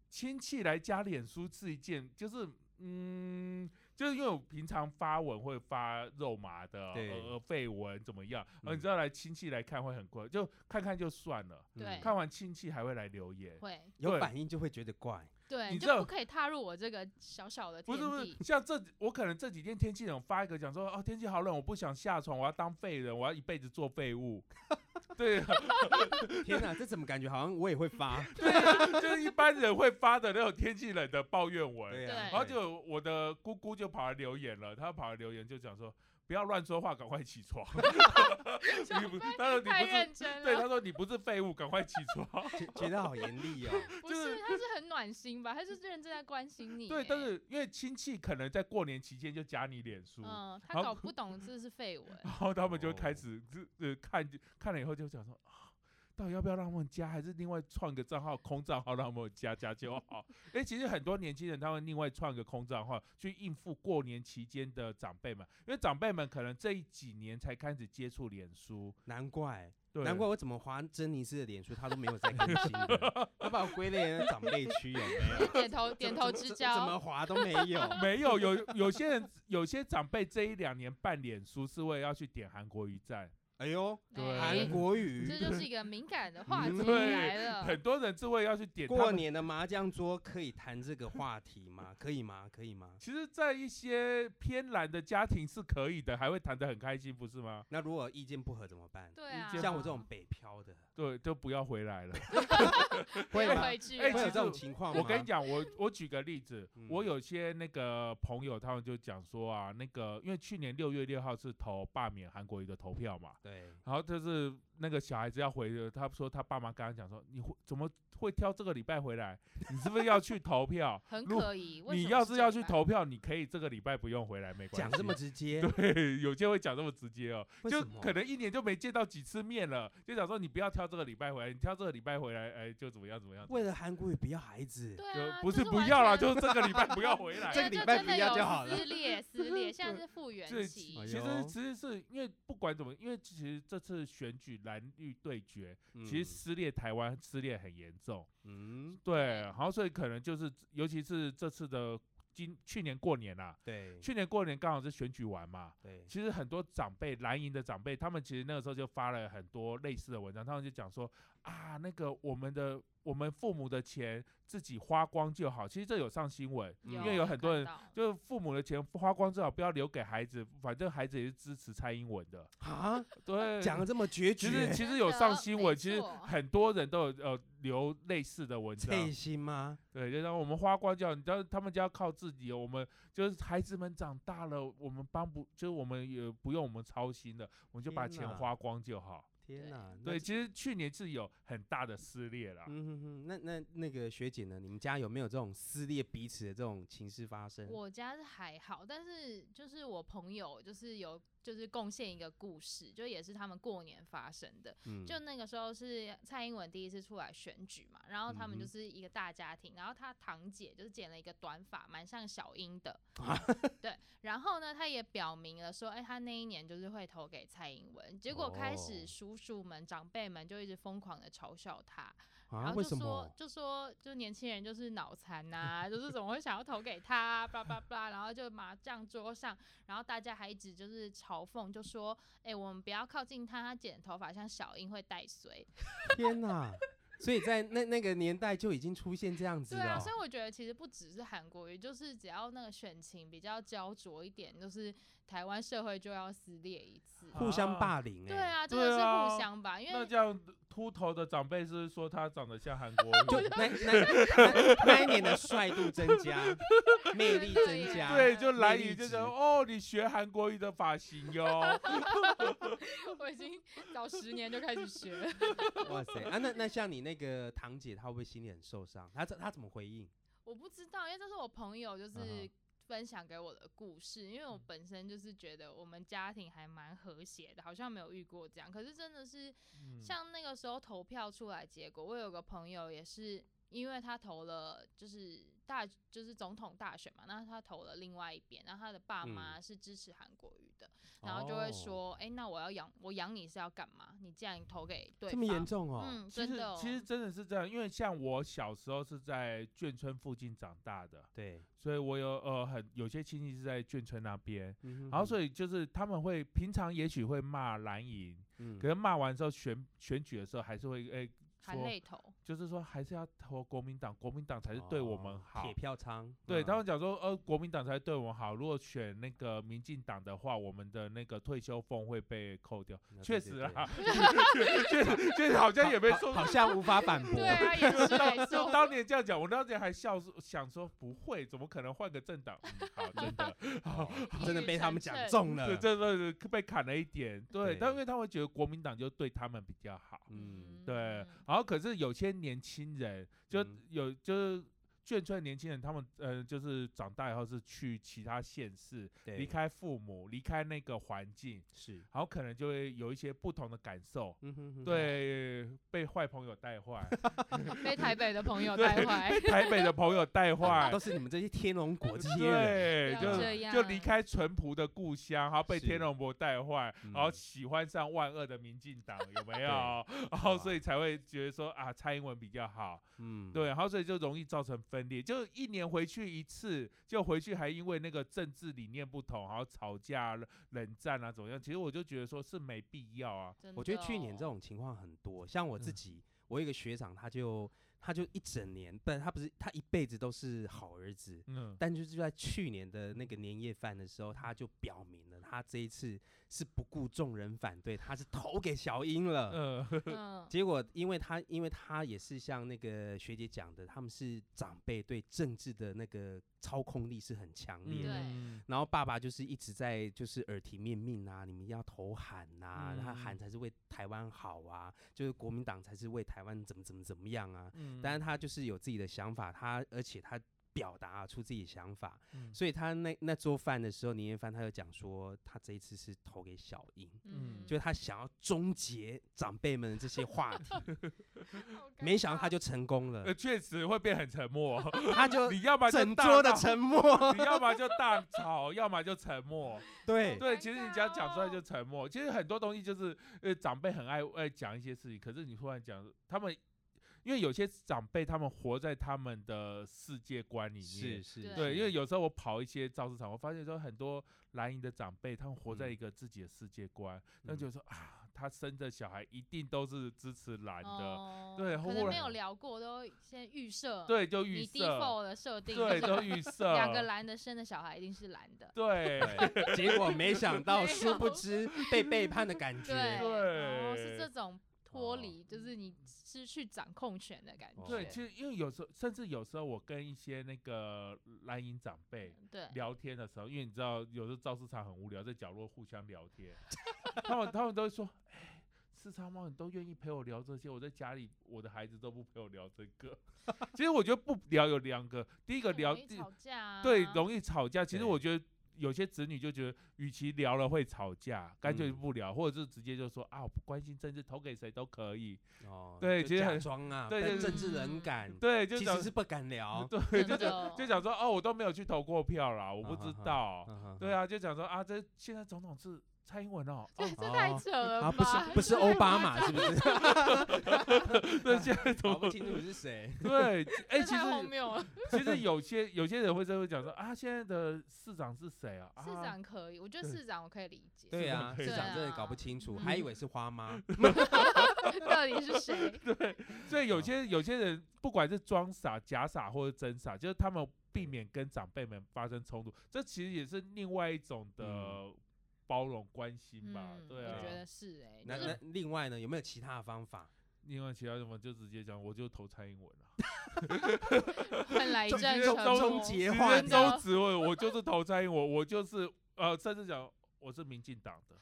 Speaker 4: 亲戚来加脸书是一件，就是嗯，就是因为我平常发文会发肉麻的
Speaker 1: 对
Speaker 4: 呃绯闻怎么样，
Speaker 1: 嗯
Speaker 4: 呃，你知道来亲戚来看会很怪，就看看就算了，
Speaker 1: 嗯
Speaker 3: 对
Speaker 4: 看完亲戚还会来留言。
Speaker 3: 会，
Speaker 1: 有
Speaker 4: 对
Speaker 1: 反应就会觉得 怪，
Speaker 3: 对，
Speaker 4: 你知
Speaker 3: 就
Speaker 4: 道
Speaker 3: 不可以踏入我这个小小的
Speaker 4: 不
Speaker 3: 天
Speaker 4: 是不是
Speaker 3: 地，。
Speaker 4: 像这我可能这几天天气冷，发一个讲说哦天气好冷，我不想下床，我要当废人，我要一辈子做废物。 对，啊
Speaker 1: 天哪，这怎么感觉好像我也会发？
Speaker 4: 就是一般人会发的那种天气冷的抱怨文。
Speaker 1: 对
Speaker 3: 对
Speaker 1: 啊，
Speaker 4: 然后就我的姑姑就跑来留言了，她跑来留言就讲说不要乱说话，赶快起床。 你不，她说你
Speaker 3: 太
Speaker 4: 不是，
Speaker 3: 认真
Speaker 4: 对，
Speaker 3: 了，
Speaker 4: 她说你不是废物，赶快起 床。
Speaker 1: 觉觉得好严厉 哦。
Speaker 3: 不
Speaker 4: 就是
Speaker 3: 是，他是很暖心吧？他是认真在关心你欸。
Speaker 4: 对，但是因为亲戚可能在过年期间就加你脸书，
Speaker 3: 嗯，
Speaker 4: 好
Speaker 3: 他搞不 懂这是废文，
Speaker 4: 然后他们就会开
Speaker 1: 哦
Speaker 4: 始就呃看看了以后就想说啊，到底要不要让他们加，还是另外创个账号空账号让他们加加就好。哎、其实很多年轻人他们另外创个空账号去应付过年期间的长辈们，因为长辈们可能这一几年才开始接触脸书，
Speaker 1: 难怪，
Speaker 4: 对，
Speaker 1: 难怪我怎么划珍妮斯的脸书，她都没有在更新的，她把我归类在长辈区有没有？
Speaker 3: 点头 点头之
Speaker 1: 怎么
Speaker 3: 交。
Speaker 1: 划都没 有。
Speaker 4: 没有有有些人有些长辈这一两年办脸书是为了要去点韩国瑜站，
Speaker 1: 哎呦，
Speaker 4: 对
Speaker 3: 哎
Speaker 1: 韩国
Speaker 3: 这
Speaker 1: 语，
Speaker 3: 就是一个敏感的话题
Speaker 4: 嗯对
Speaker 3: 来了
Speaker 4: 很。多人是为了要去点他
Speaker 1: 过
Speaker 4: 们
Speaker 1: 年的麻将桌可以谈这个话题吗？可以吗？可以吗？
Speaker 4: 其实，在一些偏蓝的家庭是可以的，还会谈得很开心，不是吗？
Speaker 1: 那如果意见不合怎么办？
Speaker 3: 对啊，
Speaker 1: 像我这种北漂的，
Speaker 4: 对，就不要回 来了。
Speaker 1: 会
Speaker 3: 又
Speaker 1: 吗？
Speaker 3: 回去
Speaker 4: 哎
Speaker 1: 会有这
Speaker 4: 其实
Speaker 3: 了。？
Speaker 1: 种情况吗？
Speaker 4: 我跟你讲，我我举个例子，
Speaker 1: 啊嗯
Speaker 4: 我有些那个朋友，他们就讲说啊，那个因为去年六月六号是投罢免韩国瑜的投票嘛，
Speaker 1: 对，
Speaker 4: 然后就是那个小孩子要回的，他说他爸妈跟他讲说，你会怎么会挑这个礼拜回来？你是不是要去投票
Speaker 3: 很
Speaker 4: 如
Speaker 3: 可疑。 为
Speaker 4: 你
Speaker 3: 什么
Speaker 4: 要
Speaker 3: 是
Speaker 4: 是
Speaker 3: 这啊
Speaker 4: 要
Speaker 3: 个
Speaker 4: 去
Speaker 3: 吧，
Speaker 4: 投票，你可以这个礼拜不用回来，没关系。
Speaker 1: 讲这么直接，
Speaker 4: 对， 有些会讲这么直接哦，
Speaker 1: 为
Speaker 4: 就
Speaker 1: 什么啊
Speaker 4: 可能一年就没见到几次面了，就想说你不要挑这个礼拜回来，你挑这个礼拜回来，哎，就怎么样怎么样。
Speaker 1: 为了韩国语不要孩子，
Speaker 3: 对
Speaker 4: 就
Speaker 3: 啊，
Speaker 4: 不
Speaker 3: 这
Speaker 4: 是
Speaker 3: 是
Speaker 4: 不
Speaker 3: 完
Speaker 4: 要啦，
Speaker 3: 全
Speaker 4: 就是这个礼拜不要回来。
Speaker 1: 这个
Speaker 3: 就
Speaker 1: 礼拜
Speaker 3: 真
Speaker 1: 不
Speaker 3: 的
Speaker 1: 要
Speaker 3: 有
Speaker 1: 就好了
Speaker 3: 撕裂撕裂， 现在是复原
Speaker 4: 这
Speaker 3: 期
Speaker 1: 哎，
Speaker 4: 其
Speaker 1: 呦
Speaker 4: 实其实是因为不管怎么，因为其实这次选举蓝绿对决，
Speaker 1: 嗯
Speaker 4: 其实撕裂台湾撕裂很严重，
Speaker 1: 嗯，
Speaker 4: 对，然后所以可能就是尤其是这次的今去年过年啦，
Speaker 1: 对
Speaker 4: 去年过年刚好是选举完嘛，
Speaker 1: 对，
Speaker 4: 其实很多长辈蓝营的长辈，他们其实那个时候就发了很多类似的文章，他们就讲说啊，那个我们的我们父母的钱自己花光就好。其实这有上新闻，因为有很多人
Speaker 3: 看到
Speaker 4: 就是父母的钱花光最好，不要留给孩子，反正孩子也是支持蔡英文的。
Speaker 1: 啊，
Speaker 4: 对，
Speaker 1: 讲的这么决
Speaker 4: 其实
Speaker 1: 绝，
Speaker 4: 其实
Speaker 3: 真
Speaker 4: 有
Speaker 3: 的
Speaker 4: 上新
Speaker 3: 没
Speaker 4: 闻，其实
Speaker 3: 错
Speaker 4: 很多人都有呃留类似的文章。
Speaker 1: 内心吗？
Speaker 4: 对，就让我们花光就好，你知道他们就要靠自己哦。我们就是孩子们长大了，我们帮不，就是我们也不用我们操心的，我们就把
Speaker 1: 天
Speaker 4: 钱
Speaker 1: 哪
Speaker 4: 花光就好。
Speaker 1: 天哪，那
Speaker 4: 对，其实去年是有很大的撕裂啦。
Speaker 1: 嗯哼哼，那那那个学姐呢？你们家有没有这种撕裂彼此的这种情事发生？
Speaker 3: 我家是还好，但是就是我朋友就是有就是贡献一个故事，就也是他们过年发生的。
Speaker 1: 嗯
Speaker 3: 就那个时候是蔡英文第一次出来选举嘛，然后他们
Speaker 1: 嗯哼
Speaker 3: 就是一个大家庭，然后她堂姐就是剪了一个短发，蛮像小 英的，
Speaker 1: 啊
Speaker 3: 对。然后呢，她也表明了说，哎、她那一年就是会投给蔡英文。结果开
Speaker 1: 哦
Speaker 3: 始叔叔们、长辈们就一直疯狂的嘲笑她，然
Speaker 1: 啊？
Speaker 3: 后
Speaker 1: 为
Speaker 3: 就
Speaker 1: 什
Speaker 3: 说
Speaker 1: 么？
Speaker 3: 就说就年轻人就是脑残呐、就是总会想要投给他、啊，叭叭叭，然后就麻将桌上，然后大家还一直就是嘲讽，就说，哎、我们不要靠近他，他剪头发像小樱会带水。
Speaker 1: 天 哪！所以在那 那个年代就已经出现这样子
Speaker 3: 对
Speaker 1: 了
Speaker 3: 啊，
Speaker 1: 哦。
Speaker 3: 所以我觉得其实不只是韩国瑜，就是只要那个选情比较焦灼一点，就是台湾社会就要撕裂一次。
Speaker 4: 啊
Speaker 1: 互相霸凌
Speaker 3: 对
Speaker 1: 哎、
Speaker 3: 啊，真的是
Speaker 4: 对啊
Speaker 3: 互相吧，因
Speaker 4: 那
Speaker 3: 为
Speaker 4: 这样秃头的长辈是不是说他长得像韩国瑜，
Speaker 1: 就那那那那一年的帅度增加，魅力增加，
Speaker 4: 对，就来
Speaker 1: 魅力
Speaker 4: 语就
Speaker 1: 值
Speaker 4: 讲哦，你学韩国瑜的发型 哟。
Speaker 3: 我已经早十年就开始学了。
Speaker 1: 哇塞啊！那那像你那个堂姐，她会不会心里很受伤？她怎她怎么回应？
Speaker 3: 我不知道，因为这是我朋友就
Speaker 1: 嗯
Speaker 3: 是
Speaker 1: 哼
Speaker 3: 分享给我的故事，因为我本身就是觉得我们家庭还蛮和谐的，好像没有遇过这样。可是真的是
Speaker 4: 嗯
Speaker 3: 像那个时候投票出来结果，我有个朋友也是，因为他投了就是大就是总统大选嘛，那他投了另外一边，然后他的爸妈是支持韩国瑜的，然后就会
Speaker 1: 哦
Speaker 3: 说，哎、那我要养我养你是要干嘛？你既然投给对
Speaker 1: 这么严
Speaker 3: 方
Speaker 1: 重哦、
Speaker 3: 嗯，
Speaker 4: 其
Speaker 3: 真
Speaker 4: 实
Speaker 3: 的、哦
Speaker 4: 其实真的是这样，因为像我小时候是在眷村附近长大的，
Speaker 1: 对，
Speaker 4: 所以我有呃很有些亲戚是在眷村那边，
Speaker 1: 然
Speaker 4: 然后所
Speaker 1: 以，
Speaker 4: 以就是他们会平常也许会骂蓝营，
Speaker 1: 嗯
Speaker 4: 可是骂完之后选选举的时候还是会诶、
Speaker 3: 含
Speaker 4: 说
Speaker 3: 泪投。
Speaker 4: 就是说还是要投国民党，国民党才是对我们
Speaker 1: 哦
Speaker 4: 好。
Speaker 1: 铁票仓，
Speaker 4: 对
Speaker 1: 嗯
Speaker 4: 他们讲说，呃，国民党才对我们好。如果选那个民进党的话，我们的那个退休俸会被扣掉。
Speaker 1: 嗯那对
Speaker 4: 确
Speaker 1: 对
Speaker 4: 实
Speaker 1: 对
Speaker 4: 啊，确实确实好像也没说
Speaker 1: 好像无法 反驳。
Speaker 3: 对啊，也是没
Speaker 4: 就
Speaker 3: 错。
Speaker 4: 当年这样讲，我当年还笑说想说不会，怎么可能换个政党？嗯好，真的，好，
Speaker 1: 真的被他们讲中了
Speaker 4: 这。这这这被砍了一点。对，
Speaker 1: 对
Speaker 4: 但因为他们觉得国民党就对他们比较好，
Speaker 1: 嗯，
Speaker 4: 对。然后可是有些年轻人就
Speaker 1: 嗯
Speaker 4: 有就是。眷村年轻人，他们呃，就是长大以后是去其他县市，
Speaker 1: 对，
Speaker 4: 离开父母，离开那个环境，
Speaker 1: 是，
Speaker 4: 然后可能就会有一些不同的感受。
Speaker 1: 嗯哼哼，
Speaker 4: 对，被坏朋友带坏，
Speaker 3: 哦被台北的朋友
Speaker 4: 对
Speaker 3: 带坏，
Speaker 4: 台北的朋友带坏
Speaker 1: 都，是你们这些天龙国这些人。
Speaker 4: 对，
Speaker 3: 不要这
Speaker 4: 就就离
Speaker 3: 样
Speaker 4: 开淳朴的故乡，然后被
Speaker 1: 是
Speaker 4: 天龙国带坏，
Speaker 1: 嗯
Speaker 4: 然后喜欢上万恶的民进党，有没有？然
Speaker 1: 好
Speaker 4: 后
Speaker 1: 啊
Speaker 4: 所以才会觉得说啊，蔡英文比较好，
Speaker 1: 嗯，
Speaker 4: 对，然后所以就容易造成分裂，就一年回去一次，就回去还因为那个政治理念不同，然后吵架、冷战啊，怎么样？其实我就觉得说是没必要啊，
Speaker 3: 真
Speaker 1: 我觉得
Speaker 3: 的
Speaker 1: 去年这
Speaker 3: 哦
Speaker 1: 种情况很多，像我自
Speaker 4: 嗯
Speaker 1: 己，我有一个学长，他就他就一整年，不，他不是他一辈子都是好儿子，
Speaker 4: 嗯，
Speaker 1: 但就是在去年的那个年夜饭的时候，他就表明了，他这一次是不顾众人反对，他是投给小英了。
Speaker 4: 呃，
Speaker 3: 嗯，
Speaker 1: 结果，因为他，因为他也是像那个学姐讲的，他们是长辈对政治的那个操控力是很强烈的。
Speaker 3: 对
Speaker 4: 嗯
Speaker 1: 然后爸爸就是一直在就是耳提面命啊，你们一定要投喊呐、啊，然后喊
Speaker 4: 嗯
Speaker 1: 才是为台湾好啊，就是国民党才是为台湾怎么怎么怎么样啊。
Speaker 4: 嗯
Speaker 1: 但是他就是有自己的想法，他而且他表达出自己的想法，
Speaker 4: 嗯
Speaker 1: 所以他那那桌饭的时候，年夜饭他就讲说，他这一次是投给小英，
Speaker 4: 嗯
Speaker 1: 就是他想要终结长辈们的这些话题，
Speaker 3: 好尴
Speaker 1: 没想到他
Speaker 3: 尬
Speaker 1: 就成功了
Speaker 4: 呃，，确实会变很 沉默，
Speaker 1: 他就
Speaker 4: 你要么就
Speaker 1: 整
Speaker 4: 大
Speaker 1: 桌的
Speaker 4: 闹
Speaker 1: 沉 默，
Speaker 4: 你要么就大吵，要么就沉默。
Speaker 1: 对
Speaker 4: 对，
Speaker 3: 尴
Speaker 4: 其实你
Speaker 3: 尬
Speaker 4: 只要讲出来
Speaker 3: 哦
Speaker 4: 就沉默。其实很多东西就是，呃，长辈很爱爱讲一些事情，可是你突然讲，他们因为有些长辈他们活在他们的世界观里面。
Speaker 1: 是
Speaker 4: 对，
Speaker 1: 是
Speaker 4: 因为有时候我跑一些造市场，我发现说很多蓝营的长辈，他们活在
Speaker 1: 嗯
Speaker 4: 一个自己的世界观，那
Speaker 1: 嗯
Speaker 4: 就说啊，他生的小孩一定都是支持蓝的，
Speaker 3: 哦
Speaker 4: 对
Speaker 3: 可
Speaker 4: 忽
Speaker 3: 能没
Speaker 4: 然
Speaker 3: 有聊过，都先预设，，
Speaker 4: 对，就预
Speaker 3: 你
Speaker 4: 设，
Speaker 3: default 的设定，
Speaker 4: 对，都预设，
Speaker 3: 两个蓝的生的小孩一定是蓝的，
Speaker 4: 对，
Speaker 1: 对结果没想到，
Speaker 3: 没
Speaker 1: 殊不
Speaker 3: 有
Speaker 1: 知被背叛的感
Speaker 3: 对，
Speaker 1: 觉。
Speaker 3: 哦，
Speaker 4: 对
Speaker 3: 是这种脱
Speaker 1: 哦
Speaker 3: 离，就是你失去掌控权的感觉，
Speaker 4: 对，
Speaker 1: 是
Speaker 4: 其实因为有时候，甚至有时候我跟一些那个蓝营长辈
Speaker 3: 对，
Speaker 4: 聊天的时候，因为你知道，有时候造市场很无聊，在角落互相聊天， 他们他们都会说，哎、四叉猫，你都愿意陪我聊这些，我在家里我的孩子都不陪我聊这个。 其实我觉得不聊有两个，第一个
Speaker 3: 很
Speaker 4: 聊，
Speaker 3: 容易
Speaker 4: 第
Speaker 3: 吵架啊，
Speaker 4: 对容易吵架。其实
Speaker 1: 对
Speaker 4: 我觉得。有些子女就觉得，与其聊了会吵架，干脆
Speaker 1: 嗯
Speaker 4: 不聊，或者是直接就说啊，我不关心政治，投给谁都可以。
Speaker 1: 哦，
Speaker 4: 对
Speaker 1: 就
Speaker 4: 其实
Speaker 1: 假
Speaker 4: 很
Speaker 1: 装啊，
Speaker 4: 对
Speaker 1: 扮
Speaker 4: 对
Speaker 1: 政治
Speaker 3: 嗯
Speaker 1: 人感，
Speaker 4: 对，就
Speaker 1: 其
Speaker 4: 讲
Speaker 1: 实是不敢聊。
Speaker 4: 对，
Speaker 3: 真
Speaker 4: 就讲
Speaker 3: 的
Speaker 4: 就讲说哦，我都没有去投过票啦，我不
Speaker 1: 啊哈
Speaker 4: 知
Speaker 1: 哈
Speaker 4: 道。
Speaker 1: 嗯哼
Speaker 4: 对啊，就讲说啊，这现在总统是蔡英文哦，哦
Speaker 3: 对，这太
Speaker 1: 哦
Speaker 3: 扯了
Speaker 1: 啊，
Speaker 3: 吧？
Speaker 1: 不是不是欧巴马，
Speaker 3: 这
Speaker 1: 是不 是？
Speaker 4: 对，现在怎
Speaker 1: 搞不
Speaker 4: 么
Speaker 1: 清楚是谁。
Speaker 4: 对？哎，
Speaker 3: 太
Speaker 4: 其
Speaker 3: 荒
Speaker 4: 实
Speaker 3: 谬了。
Speaker 4: 其实有些有些人会真的会讲说啊，现在的市长是谁啊？啊
Speaker 3: 市长可以，我觉得
Speaker 4: 对
Speaker 3: 市长我可以理解。
Speaker 1: 对啊，
Speaker 4: 对
Speaker 1: 市长真的
Speaker 3: 啊
Speaker 1: 搞不清楚，
Speaker 3: 嗯
Speaker 1: 还以为是花妈。
Speaker 3: 到底是 谁？
Speaker 4: 所以
Speaker 1: 嗯
Speaker 4: 有些有些人不管是装傻、假傻或者真傻，就是他们避免跟长辈们发生冲突，这其实也是另外一种的
Speaker 1: 嗯
Speaker 4: 包容关心吧。
Speaker 3: 嗯，
Speaker 4: 对
Speaker 3: 我觉
Speaker 4: 啊，
Speaker 3: 得是哎、
Speaker 1: 那
Speaker 3: 就是
Speaker 1: 那另外呢，有没有其他的方法？
Speaker 4: 另外其他地方就直接讲，我就投蔡英文啊了、
Speaker 3: 换来一
Speaker 4: 中
Speaker 3: 阵
Speaker 4: 间
Speaker 3: 沉
Speaker 4: 都
Speaker 1: 终
Speaker 3: 默。
Speaker 1: 结
Speaker 4: 直
Speaker 1: 话
Speaker 4: 接
Speaker 1: 题，啊
Speaker 4: 周子文，我就是投蔡英文，我就是呃，甚至讲我是民进党的。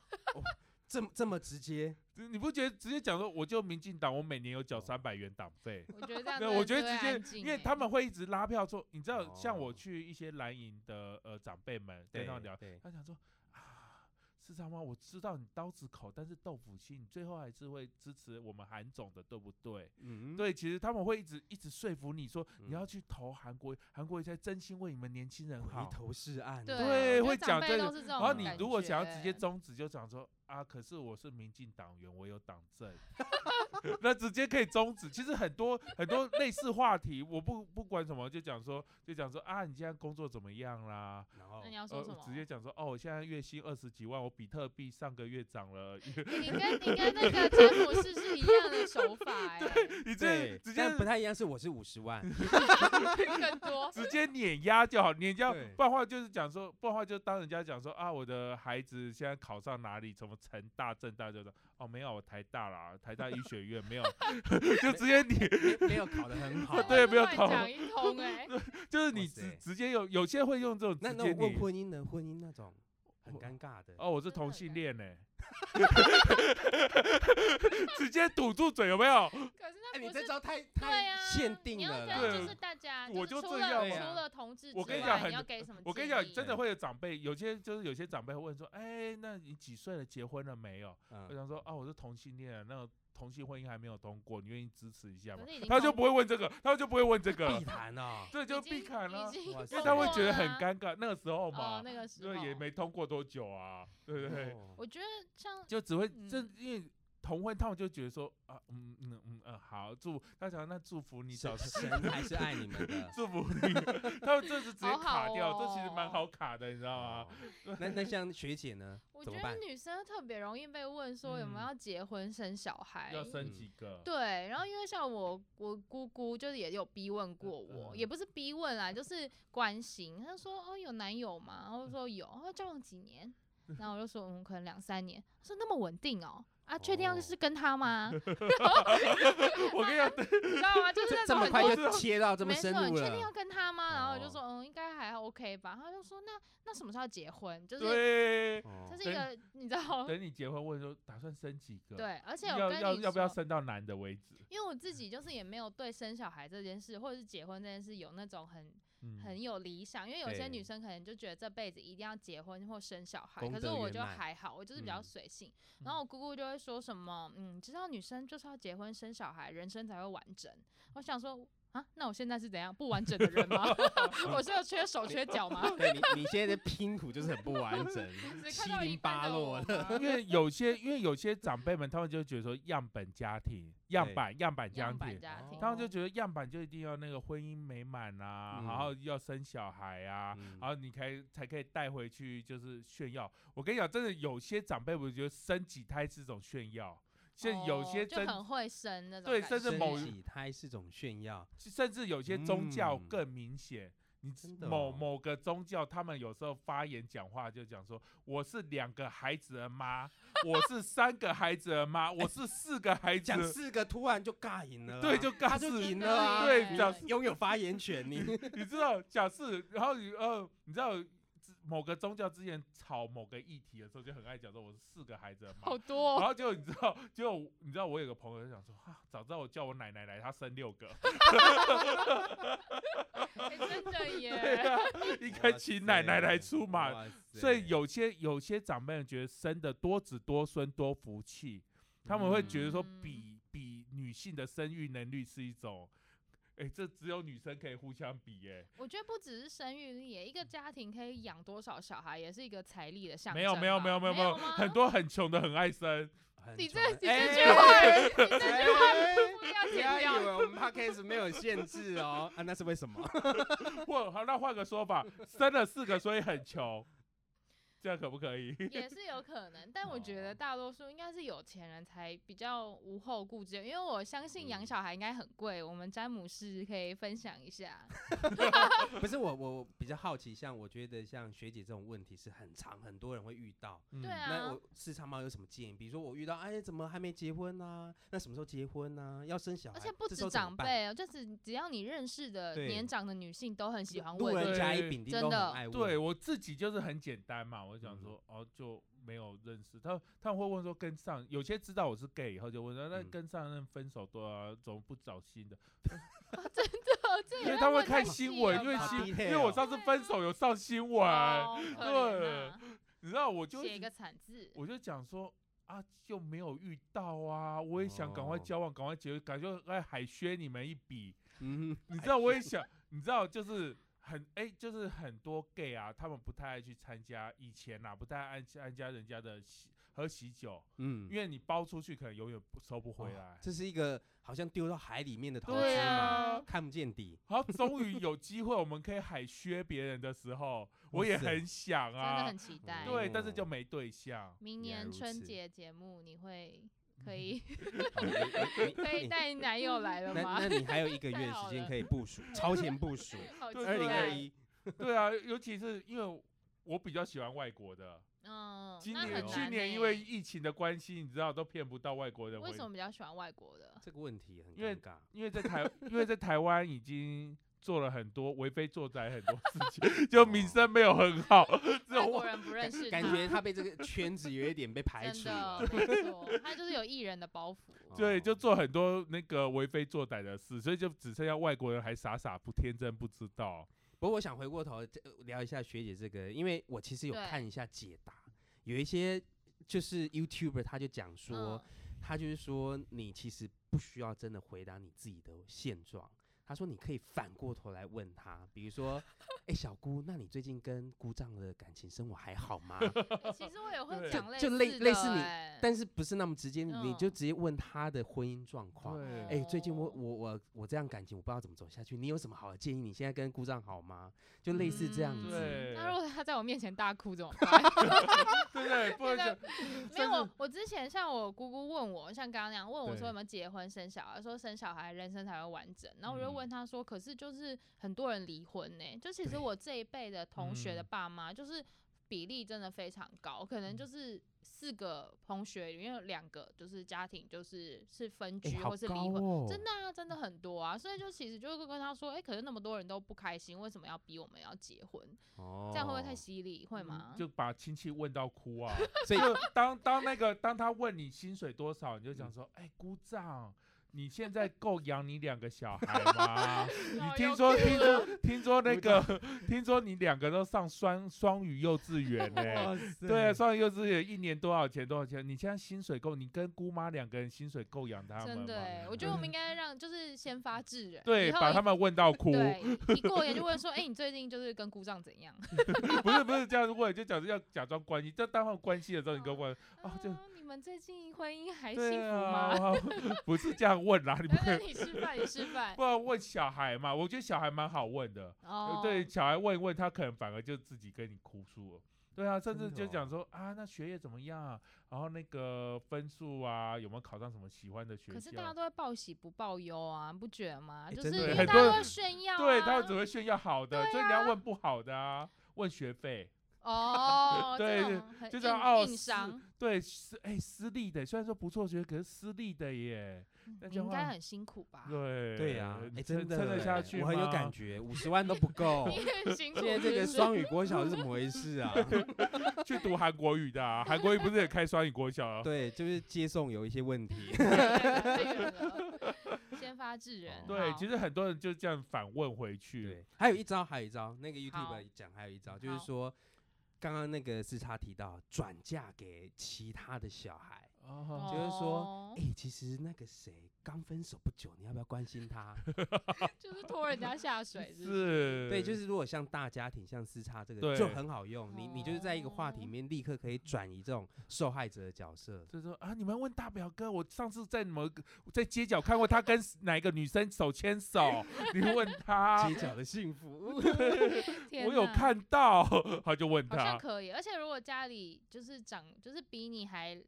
Speaker 1: 这么这么直接，
Speaker 4: 你不觉得直接讲说我就民进党，我每年有
Speaker 1: 哦
Speaker 4: 缴三百元党费？
Speaker 3: 我觉得这样
Speaker 4: 那
Speaker 3: 真的
Speaker 4: 我觉
Speaker 3: 就
Speaker 4: 得
Speaker 3: 会安
Speaker 4: 直接，
Speaker 3: 静
Speaker 4: 因为
Speaker 3: 欸
Speaker 4: 他们会一直拉票做，你知道，像我
Speaker 1: 哦
Speaker 4: 去一些蓝营的呃长辈们跟他们聊，
Speaker 1: 对，
Speaker 4: 他想说啊，市长吗？我知道你刀子口，但是豆腐心，你最后还是会支持我们韩总的，对不对？
Speaker 1: 嗯，
Speaker 4: 对，其实他们会一直一直说服你说你
Speaker 1: 嗯
Speaker 4: 要去投韩国，韩国瑜才真心为你们年轻人
Speaker 1: 回
Speaker 4: 好。
Speaker 1: 头是岸啊，
Speaker 3: 对
Speaker 4: 对
Speaker 3: 我觉
Speaker 4: 会
Speaker 3: 得长
Speaker 4: 讲
Speaker 3: 辈
Speaker 4: 这
Speaker 3: 都
Speaker 4: 个
Speaker 3: 是这种
Speaker 4: 然
Speaker 3: 感觉。欸
Speaker 4: 后你如果想要直接终止，就讲说啊，可是我是民进党员，我有党证，那直接可以终止。其实很多很多类似话题，我不不管什么，就讲说就讲说啊，你现在工作怎么样啦？
Speaker 1: 然后
Speaker 3: 那你要啊说
Speaker 4: 呃
Speaker 3: 什么？，
Speaker 4: 直接讲说哦，我现在月薪二十几万，我比特币上个月涨 了，
Speaker 3: 你 跟你跟那个詹姆士是一样的手法哎、
Speaker 4: 你这
Speaker 1: 对，
Speaker 4: 直接
Speaker 1: 但不太一样，是我是五十万，
Speaker 3: 更 多。
Speaker 4: 直接碾压就好，碾压，
Speaker 1: 对
Speaker 4: 不然的话就是讲说，不然的话就当人家讲说啊，我的孩子现在考上哪里，什么成大、政大，就说哦，没有，我台大啦，台大医学院 没有， 就直接你
Speaker 1: 没有考得很好。
Speaker 4: 对不要
Speaker 3: 乱
Speaker 4: 搞
Speaker 3: 讲一通 哎、
Speaker 4: 就是你
Speaker 1: 哇塞
Speaker 4: 直直接有有些会用这种
Speaker 1: 那
Speaker 4: 直
Speaker 1: 那
Speaker 4: 接
Speaker 1: 我问
Speaker 4: 你
Speaker 1: 婚姻呢？婚姻那种很
Speaker 4: 我
Speaker 1: 尴尬的，
Speaker 4: 哦，我是
Speaker 3: 真的
Speaker 4: 同
Speaker 3: 很
Speaker 4: 性
Speaker 3: 尴
Speaker 4: 恋呢、 直接堵住嘴有没有？
Speaker 3: 可是
Speaker 1: 哎，
Speaker 3: 那
Speaker 1: 你
Speaker 3: 不
Speaker 1: 这
Speaker 3: 是。
Speaker 1: 招太
Speaker 3: 对
Speaker 1: 太
Speaker 3: 啊，
Speaker 1: 限定
Speaker 3: 你要
Speaker 1: 了
Speaker 3: 这样
Speaker 1: 啦，
Speaker 3: 就是大家，
Speaker 4: 我
Speaker 3: 就是
Speaker 4: 就
Speaker 3: 除
Speaker 4: 这
Speaker 3: 了
Speaker 4: 样
Speaker 1: 啊
Speaker 3: 除了同志之
Speaker 4: 我
Speaker 3: 外，
Speaker 4: 跟你讲很
Speaker 3: 你要给什么建议？
Speaker 4: 我跟你讲，真的
Speaker 1: 对
Speaker 4: 会有长辈，有些就是有些长辈会问说，哎、那你几岁了？结婚了没有？我
Speaker 1: 嗯，
Speaker 4: 想说啊，我是同性恋啊，那个同性婚姻还没有通过，你愿意支持一下吗
Speaker 3: 可？是已经
Speaker 4: 他就
Speaker 3: 通
Speaker 4: 不会问这个，他就不会问这个
Speaker 1: 必，谈啊，
Speaker 4: 对，就避开了啊
Speaker 3: 已，经已经
Speaker 1: 哇
Speaker 3: 通
Speaker 1: 塞
Speaker 4: 因为他会觉得很
Speaker 3: 过啦
Speaker 4: 尴尬。那个时候
Speaker 3: 哦
Speaker 4: 嘛，，
Speaker 3: 那个时候
Speaker 4: 对，也没通过多久啊，对不对？
Speaker 1: 哦
Speaker 3: 我觉得像
Speaker 4: 就只会
Speaker 3: 嗯
Speaker 4: 这，因为同婚他们就觉得说啊，嗯嗯嗯嗯，好，祝他想那祝福你早
Speaker 1: 神
Speaker 4: 日。。
Speaker 1: 神还是爱你们的
Speaker 4: 祝福你， 他们这是直接
Speaker 3: 好好
Speaker 4: 卡掉，这其实蛮
Speaker 3: 哦
Speaker 4: 好卡的，你知道吗？
Speaker 1: 哦那那像学姐呢
Speaker 3: 我？
Speaker 1: 怎
Speaker 3: 觉
Speaker 1: 么
Speaker 3: 得
Speaker 1: 办？
Speaker 3: 女生特别容易被问说有没
Speaker 4: 嗯
Speaker 3: 有要结婚生小孩，
Speaker 4: 要生
Speaker 1: 嗯
Speaker 4: 几个？
Speaker 3: 对，然后因为像我，我姑姑就是也有逼问过我，
Speaker 4: 嗯
Speaker 3: 也不是逼问啦，就是关心。她说：“哦，有男友吗？”然后我说：“有。”然后交往几年？然后我就说：“嗯，可能两三年。”她说：“那么稳定哦？啊，确定要
Speaker 1: 哦
Speaker 3: 是跟他吗？
Speaker 4: 我跟你讲，
Speaker 3: 你知道吗？就是
Speaker 1: 这
Speaker 3: 那种
Speaker 1: 么
Speaker 3: 很
Speaker 1: 快
Speaker 3: 多
Speaker 4: 多
Speaker 1: 就切到这么
Speaker 3: 没
Speaker 1: 深
Speaker 3: 错，
Speaker 1: 入
Speaker 3: 你确定要
Speaker 1: 了，
Speaker 3: 跟他吗？”然后我就
Speaker 1: 哦
Speaker 3: 说：“嗯，应该还 OK 吧。”她就说：“那那什么时候要结婚？”就是哦
Speaker 4: 对，
Speaker 1: 哦
Speaker 3: 这是一
Speaker 4: 等
Speaker 3: 个你知道
Speaker 4: 等你结婚问说打算生几个？
Speaker 3: 对，而且我
Speaker 4: 要
Speaker 3: 跟
Speaker 4: 要
Speaker 3: 你
Speaker 4: 要不要
Speaker 3: 说
Speaker 4: 生到男的为止？
Speaker 3: 因为我自己就是也没有对生小孩这件事，或者是结婚这件事有那种很
Speaker 4: 嗯，
Speaker 3: 很有理想，因为有
Speaker 1: 对
Speaker 3: 些女生可能就觉得这辈子一定要结婚或生小孩，
Speaker 1: 功
Speaker 3: 可是
Speaker 1: 德
Speaker 3: 我
Speaker 1: 圆
Speaker 3: 就
Speaker 1: 满
Speaker 3: 还好，我就是比较
Speaker 1: 嗯
Speaker 3: 随性。然后我姑姑就会说什么，嗯，知道女生就是要结婚生小孩，人生才会完整。我想说。啊，那我现在是怎样不完整的人吗？ 我是有缺手缺脚 吗？，
Speaker 1: 对你你现在的拼图就是很不完整
Speaker 3: 只看
Speaker 1: 七
Speaker 3: 到一
Speaker 1: 零
Speaker 3: 半
Speaker 1: 八
Speaker 3: 的
Speaker 1: 落
Speaker 3: 我
Speaker 1: 的。
Speaker 3: 吗
Speaker 4: 因为有些因为有些长辈们，他们就觉得说样本家庭、样
Speaker 1: 对
Speaker 4: 板、样板家
Speaker 3: 样板
Speaker 4: 庭，
Speaker 1: 哦
Speaker 3: 家哦庭，
Speaker 4: 他们就觉得样板就一定要那个婚姻美满啊，然
Speaker 1: 嗯
Speaker 4: 后要生小孩啊，
Speaker 1: 嗯
Speaker 4: 然后你才才可以带回去就是炫耀。我跟你讲，真的有些长辈我觉得生几胎是种炫耀，像有
Speaker 3: 哦
Speaker 4: 些
Speaker 3: 就
Speaker 4: 真
Speaker 3: 很会生那种
Speaker 4: 对
Speaker 3: 感
Speaker 4: 甚至
Speaker 1: 生
Speaker 3: 觉
Speaker 4: 某
Speaker 1: 几胎是种炫耀，
Speaker 4: 甚至有些宗教
Speaker 1: 嗯
Speaker 4: 更明显。你知
Speaker 1: 真的
Speaker 4: 某
Speaker 1: 哦
Speaker 4: 某个宗教，他们有时候发言讲话就讲说，我是两个孩子的妈，我是三个孩子的妈，我是四个孩子
Speaker 1: 讲
Speaker 4: 的，
Speaker 1: 四个突然就尬赢了啊，
Speaker 4: 对，就
Speaker 1: 他
Speaker 4: 尬
Speaker 1: 就
Speaker 4: 死
Speaker 1: 赢
Speaker 3: 真的
Speaker 1: 了啊，
Speaker 4: 对
Speaker 3: 耶
Speaker 4: 讲
Speaker 1: 拥有发言权，你
Speaker 4: 你知道假释，然后你呃，你知道之某个宗教之前吵某个议题的时候，就很爱讲说我是四个孩子的妈
Speaker 3: 好，多哦、
Speaker 4: 然后结果你知道，结果你知道我有个朋友就想说，啊，早知道我叫我奶奶来，她生六个，
Speaker 3: 哎真 的
Speaker 4: 对
Speaker 3: 耶，
Speaker 4: 啊，应该请奶奶来出马，
Speaker 1: 哇塞，
Speaker 4: 所以有些有些长辈觉得生的多子多孙多福气，他们会觉得说
Speaker 3: 嗯
Speaker 4: 比、比女性的生育能力是一种。哎、这只有女生可以互相比耶、
Speaker 3: 我觉得不只是生育力耶，一个家庭可以养多少小孩，也是一个财力的象征
Speaker 4: 没有
Speaker 3: 吧。
Speaker 4: 没有没有没有
Speaker 3: 没有吗
Speaker 4: 很多很穷的很爱生，
Speaker 1: 很
Speaker 3: 你这
Speaker 1: 传
Speaker 3: 你
Speaker 5: 哎
Speaker 3: 这句话，你这
Speaker 5: 哎
Speaker 3: 句话不要
Speaker 5: 不
Speaker 3: 剪
Speaker 5: 要以
Speaker 3: 掉。
Speaker 5: 为我们 podcast 没有限制哦。
Speaker 1: 啊，那是为什么？
Speaker 4: 或好那换个说法，生了四个所以很穷，这样可不可以？
Speaker 3: 也是有可能，但我
Speaker 1: 哦
Speaker 3: 觉得大多数应该是有钱人才比较无后顾之忧，因为我相信
Speaker 1: 嗯
Speaker 3: 养小孩应该很贵。我们詹姆士可以分享一下，
Speaker 1: 不是我，我比较好奇，像我觉得像学姐这种问题是很常很多人会遇到。
Speaker 3: 对啊
Speaker 1: 嗯那我市场猫有什么建议？比如说我遇到，哎，怎么还没结婚呢、那什么时候结婚呢、要生小孩，
Speaker 3: 而且不
Speaker 1: 啊这时
Speaker 3: 止
Speaker 1: 候怎么
Speaker 3: 长
Speaker 1: 办，
Speaker 3: 辈哦，就只只要你认识的
Speaker 1: 对
Speaker 3: 年长的女性都很喜欢
Speaker 1: 路
Speaker 3: 问
Speaker 1: 人
Speaker 3: 这
Speaker 1: 甲乙
Speaker 4: 对
Speaker 1: 丙丁
Speaker 3: 真
Speaker 1: 都很
Speaker 3: 的
Speaker 1: 爱问。
Speaker 4: 对我自己就是很简单嘛，我想
Speaker 1: 嗯
Speaker 4: 说、哦就没有认识他，他们会问说跟上有些知道我是 gay 以后就问说那
Speaker 1: 嗯
Speaker 4: 跟上任分手多啊，怎么不找新的？
Speaker 3: 个，这也
Speaker 4: 因为
Speaker 3: 要
Speaker 4: 他会
Speaker 3: 问太
Speaker 4: 看
Speaker 3: 细
Speaker 4: 新闻，
Speaker 3: 了
Speaker 4: 因为
Speaker 3: 吧
Speaker 4: 新因
Speaker 1: detail
Speaker 4: 为我上次分手有上新闻，
Speaker 3: 哦可怜呐
Speaker 4: 你知道我就
Speaker 3: 写一
Speaker 4: 一
Speaker 3: 个
Speaker 4: 直
Speaker 3: 惨字，
Speaker 4: 我就讲说。啊，就没有遇到啊！我也想赶快
Speaker 1: 哦
Speaker 4: 交往，赶快结婚，感觉哎海轩你们一笔，
Speaker 1: 嗯哼，
Speaker 4: 你知道我也想，你知道就是很哎、就是很多 gay 啊，他们不太爱去参加，以前呐、啊、不太爱参加人家的喜喝喜酒，
Speaker 1: 嗯哦
Speaker 4: 因，为你包出去可能永远不收不回
Speaker 1: 哇
Speaker 4: 来。
Speaker 1: 这是一个好像丢到海里面的投资
Speaker 4: 对
Speaker 1: 嘛，
Speaker 4: 啊，
Speaker 1: 看不见底。
Speaker 4: 然后终于有机会我们可以海削别人的时候，我
Speaker 1: 哇
Speaker 4: 也
Speaker 1: 塞
Speaker 4: 很想
Speaker 3: 真的
Speaker 4: 啊
Speaker 3: 很，期待。
Speaker 4: 对，但是就没对象。
Speaker 3: 明
Speaker 1: 原来
Speaker 3: 年
Speaker 1: 如
Speaker 3: 春
Speaker 1: 此
Speaker 3: 节节目你 会 可以
Speaker 1: 好你你
Speaker 3: 可以
Speaker 1: 你
Speaker 3: 带男友来了
Speaker 1: 那
Speaker 3: 吗？
Speaker 1: 那你还有一 个
Speaker 3: 太
Speaker 1: 月的
Speaker 3: 好
Speaker 1: 时间
Speaker 3: 了
Speaker 1: 可以部署，超前部署。
Speaker 3: 好期
Speaker 4: 对
Speaker 1: 二零二
Speaker 3: 待，
Speaker 1: 一，
Speaker 4: 对啊，尤其是因为我比较喜欢外国的，
Speaker 3: 嗯，
Speaker 4: 今
Speaker 3: 那很
Speaker 4: 年
Speaker 1: 难
Speaker 4: 去
Speaker 3: 难
Speaker 4: 年
Speaker 3: 呢
Speaker 4: 因为疫情的关系，你知道都骗不到外国人回。
Speaker 3: 为什么比较喜欢外国 的？
Speaker 1: 这个问题很
Speaker 4: 因为
Speaker 1: 尴尬。
Speaker 4: 因为在台，因为在台湾已经做了很多为非作歹很多事情，就名声没有很好，只
Speaker 3: 外
Speaker 4: 有
Speaker 3: 国
Speaker 4: 外
Speaker 3: 人不认 识
Speaker 1: 感
Speaker 3: 他
Speaker 1: 觉他被这 个圈子有一点被排
Speaker 3: 真
Speaker 1: 除了
Speaker 3: 的。没错，他就是有艺人的包袱。
Speaker 4: 对，就
Speaker 1: 哦
Speaker 4: 做很多那个为非作歹的事，所以就只剩下外国人还傻傻不天真不知道。
Speaker 1: 不过我想回过头这呃聊一下学姐这个，因为我其实有
Speaker 3: 对
Speaker 1: 看一下解答，有一些就是 YouTuber 他就讲 说，
Speaker 3: 嗯，
Speaker 1: 他就是说你其实不需要真的回答你自己的现状。他说：“你可以反过头来问他，比如 说，哎、小姑，那你最近跟姑丈的感情生活还好吗？
Speaker 3: 欸其实我也会
Speaker 4: 对
Speaker 3: 讲
Speaker 1: 就就类
Speaker 3: 类似
Speaker 1: 类
Speaker 3: 的
Speaker 1: 似你
Speaker 3: 欸
Speaker 1: 但是不是那么直接，你就
Speaker 3: 嗯
Speaker 1: 直接问他的婚姻状况。哎、
Speaker 4: 对，
Speaker 1: 最近我
Speaker 3: 哦
Speaker 1: 我我我这样感情，我不知道怎么走下去。你有什么好的建议？你现在跟姑丈好吗？就类似这样
Speaker 3: 嗯
Speaker 1: 子。
Speaker 4: 对
Speaker 3: 那如果他在我面前大哭怎么办？
Speaker 4: 对不对？不能
Speaker 3: 那
Speaker 4: 讲
Speaker 3: 个 没有，我我之前像我姑姑问我，像刚刚那样问我说有没有结婚生小孩，说生小孩人生才会完整。然后我就
Speaker 4: 嗯
Speaker 3: 问她说，可是就是很多人离婚呢、就其实
Speaker 1: 对
Speaker 3: 我这一辈的同学的
Speaker 4: 嗯
Speaker 3: 爸妈就是比例真的非常高，可能就是四个同学里面有两个就是家庭就是是分
Speaker 1: 哎、
Speaker 3: 居
Speaker 1: 好
Speaker 3: 或是离
Speaker 1: 高
Speaker 3: 婚。
Speaker 1: 哦！
Speaker 3: 真的啊，真的很多啊，所以就其实就会跟他说，哎、可是那么多人都不开心，为什么要逼我们要结婚？
Speaker 1: 哦
Speaker 3: 这样会不会太犀利？会吗？
Speaker 4: 嗯就把亲戚问到哭啊！
Speaker 1: 所以
Speaker 4: 就当当那个当他问你薪水多少，你就讲
Speaker 1: 嗯
Speaker 4: 说：“哎，姑丈，你现在够养你两个小孩吗？” 你
Speaker 3: 哦
Speaker 4: 听
Speaker 3: 又
Speaker 4: 说
Speaker 3: 哭
Speaker 4: 听
Speaker 3: 了
Speaker 4: 说听说那个 听说你两个都上双双语幼稚园 呢、
Speaker 1: 塞
Speaker 4: 对啊，双语幼稚园一年多少钱？多少钱？你现在薪水够？你跟姑妈两个人薪水够养他们
Speaker 3: 真的哎、
Speaker 4: 吗？
Speaker 3: 我觉得我们应该让就是先发制人，
Speaker 4: 对，
Speaker 3: 以后
Speaker 4: 把
Speaker 3: 一
Speaker 4: 他们问到 哭，
Speaker 3: 对一过年就问说，哎、你最近就是跟姑丈怎样？
Speaker 4: 不是不是这样问，就假装要假装关心。但当他们关心的时候，你跟我问， 哦就
Speaker 3: 啊你们最近婚姻还哎幸
Speaker 4: 对
Speaker 3: 福
Speaker 4: 啊
Speaker 3: 吗？，
Speaker 4: 不是这样问啦，你不
Speaker 3: 来
Speaker 4: 可
Speaker 3: 来，
Speaker 4: 以
Speaker 3: 你示范，你示范。
Speaker 4: 不然问小孩嘛？我觉得小孩蛮好问的，呃
Speaker 3: 哦，
Speaker 4: 对，，小孩问一问，他可能反而就自己跟你哭诉了。对啊，甚至
Speaker 1: 真的
Speaker 4: 就
Speaker 1: 哦
Speaker 4: 讲说、啊，那学业怎么样啊？然后那个分数啊，有没有考上什么喜欢的学校？
Speaker 3: 可是大家都会报喜不报忧啊，你不觉得吗？
Speaker 1: 哎
Speaker 3: 就
Speaker 1: 真
Speaker 3: 是
Speaker 1: 的
Speaker 3: 因为
Speaker 4: 欸很
Speaker 3: 大
Speaker 4: 多
Speaker 3: 家都
Speaker 4: 人
Speaker 3: 会炫耀、啊，
Speaker 4: 对，他们只会炫耀好的，所以你要问不好的啊，问学费。
Speaker 3: 哦，
Speaker 4: 对
Speaker 3: 这种很
Speaker 4: 就
Speaker 3: 硬
Speaker 4: 是哦
Speaker 3: 硬
Speaker 4: 是
Speaker 3: 伤，
Speaker 4: 对，私哎、私立的虽然说不错学，可是私立的耶，
Speaker 3: 嗯
Speaker 4: 那
Speaker 3: 你
Speaker 4: 这样
Speaker 3: 应该
Speaker 4: 话
Speaker 3: 很辛苦吧？
Speaker 4: 对
Speaker 1: 对呀，哎、
Speaker 4: 你撑
Speaker 1: 真的
Speaker 4: 撑得下
Speaker 1: 哎
Speaker 4: 去
Speaker 1: 我很有
Speaker 4: 吗
Speaker 1: 感觉，五十万都不够。
Speaker 3: 你很 辛苦。
Speaker 1: 现在这
Speaker 3: 是
Speaker 1: 个
Speaker 3: 不是
Speaker 1: 双语国小是怎么回事啊？
Speaker 4: 去读韩国语的、啊，韩国语不是也开双语国小啊？
Speaker 1: 对，就是接送有一些问题。
Speaker 3: 先发制人。
Speaker 4: 对，
Speaker 3: 好
Speaker 4: 其实很多人就这样反问回去。
Speaker 1: 对，嗯还有一招，还有一招，那个
Speaker 3: 好
Speaker 1: YouTube 讲还有一招，就是
Speaker 3: 好
Speaker 1: 说，刚刚那个四叉提到转嫁给其他的小孩，
Speaker 4: 哦，
Speaker 1: 就是说
Speaker 3: 哦
Speaker 1: 哎、其实那个谁刚分手不久，你要不要关心 他？
Speaker 3: 就是拖人家下水，是不是
Speaker 4: 是，
Speaker 1: 对，就是如果像大家庭、像私叉这个
Speaker 4: 对
Speaker 1: 就很好用，你你就是在一个话题里
Speaker 3: 哦
Speaker 1: 面立刻可以转移这种受害者的角色。
Speaker 4: 就是说啊，你们问大表哥，我上次在某个在街角看过他跟哪个女生手 牵手，你问他
Speaker 1: 街，角的幸福，
Speaker 3: 天
Speaker 4: 我有
Speaker 3: 哪
Speaker 4: 看到， 他就问
Speaker 3: 好像
Speaker 4: 他，
Speaker 3: 可以，而且如果家里就是长，就是比你还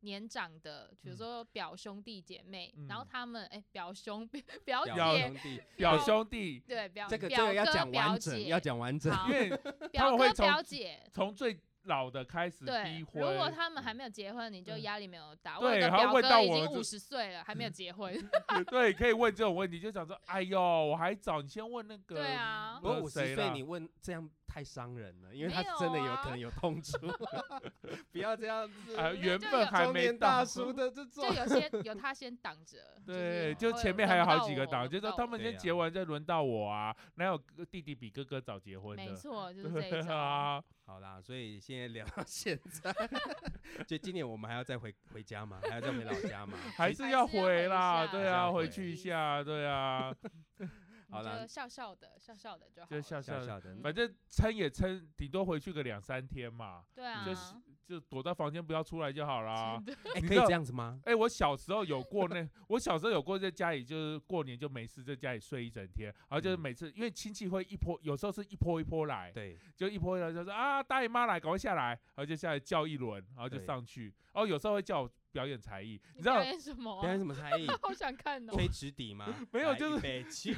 Speaker 3: 年长的，比如
Speaker 4: 嗯
Speaker 3: 说表兄弟姐妹，
Speaker 4: 嗯
Speaker 3: 然后他们哎、表兄 表
Speaker 1: 表
Speaker 3: 姐
Speaker 1: 兄弟，
Speaker 4: 表兄弟，
Speaker 3: 对表
Speaker 1: 这个这
Speaker 3: 表
Speaker 1: 个要
Speaker 3: 哥
Speaker 1: 讲
Speaker 3: 表
Speaker 1: 完整，
Speaker 3: 姐
Speaker 1: 要讲完整。
Speaker 3: 好
Speaker 4: 因为他
Speaker 3: 表
Speaker 4: 们会
Speaker 3: 哥
Speaker 4: 从
Speaker 3: 表姐。
Speaker 4: 从最老的开始
Speaker 3: 对
Speaker 4: 逼，
Speaker 3: 如
Speaker 4: 婚，嗯
Speaker 3: 果他们还没有结婚，你就压力没有大。我有
Speaker 4: 对
Speaker 3: 个
Speaker 4: 还
Speaker 3: 表
Speaker 4: 问
Speaker 3: 哥
Speaker 4: 到
Speaker 3: 已
Speaker 4: 我嗯
Speaker 3: 经
Speaker 4: 这
Speaker 3: 五十岁了，还没有结婚。
Speaker 4: 对，可以问这种问题，就想说，哎呦，我还早，你先问那个，呃
Speaker 3: 对，啊，
Speaker 1: 不过五十
Speaker 4: 谁啦
Speaker 1: 岁你问这样太伤人了，因为
Speaker 3: 没
Speaker 1: 他
Speaker 3: 有
Speaker 1: 真的有
Speaker 3: 啊
Speaker 1: 可能有痛 处，不要这样子。
Speaker 4: 啊，原
Speaker 3: 就
Speaker 4: 本
Speaker 3: 有
Speaker 4: 还
Speaker 1: 中
Speaker 4: 没
Speaker 1: 年大
Speaker 4: 到，
Speaker 1: 叔的这种
Speaker 3: 就，有些有他先挡着。
Speaker 4: 对，
Speaker 3: 就
Speaker 4: 就是前面
Speaker 3: 轮
Speaker 4: 还有
Speaker 3: 不
Speaker 4: 好
Speaker 3: 到
Speaker 4: 几个
Speaker 3: 我
Speaker 4: 档，
Speaker 3: 轮
Speaker 4: 就
Speaker 3: 不
Speaker 4: 说
Speaker 3: 到
Speaker 4: 他
Speaker 3: 我
Speaker 4: 们
Speaker 1: 对
Speaker 4: 先
Speaker 1: 啊
Speaker 4: 结完再轮到我啊，哪有哥弟弟比哥哥早结婚
Speaker 3: 没
Speaker 4: 的？
Speaker 3: 错，就是这一
Speaker 4: 对
Speaker 3: 种。
Speaker 4: 啊，
Speaker 1: 好啦，所以现在聊到现在， 就今年我们还要再回回家吗？还要再回老家 吗？
Speaker 4: 还
Speaker 1: 其实
Speaker 4: 是要
Speaker 3: 是要
Speaker 4: 回
Speaker 3: 回下
Speaker 4: 啦，对
Speaker 1: 还是
Speaker 4: 啊，
Speaker 1: 要
Speaker 4: 回
Speaker 1: 回
Speaker 4: 去一
Speaker 3: 意思
Speaker 4: 下，对啊，
Speaker 3: 你
Speaker 1: 好啦
Speaker 3: 就笑笑的，笑笑的就好
Speaker 4: 就
Speaker 3: 了。
Speaker 4: 笑笑
Speaker 1: 小小
Speaker 4: 的，
Speaker 1: 的，
Speaker 4: 反正撑也撑，顶多回去个两三天嘛，
Speaker 3: 对啊，
Speaker 4: 就是啊就躲到房间不要出来就好啦。
Speaker 3: 真的
Speaker 1: 哎，
Speaker 4: 你
Speaker 1: 可
Speaker 4: 知
Speaker 1: 以
Speaker 4: 道
Speaker 1: 这样子吗？
Speaker 4: 哎、我小时候有过那，我小时候有过在家里，就是过年就没事在家里睡一整天，然后就是
Speaker 1: 嗯
Speaker 4: 每次因为亲戚会一波，有时候是一波一波来，
Speaker 1: 对，
Speaker 4: 就一波一波来就说啊大姨妈来，赶快下来，然后就下来叫一轮，然后就
Speaker 1: 对
Speaker 4: 上去，然后有时候会叫我表演才艺，你
Speaker 3: 你
Speaker 4: 知道
Speaker 3: 表演什么
Speaker 1: 表演
Speaker 3: 啊？
Speaker 1: 什么才艺？
Speaker 3: 好想看哦。
Speaker 1: 吹纸笛吗？
Speaker 4: 没有
Speaker 1: 来
Speaker 4: 就是
Speaker 1: 预 备 起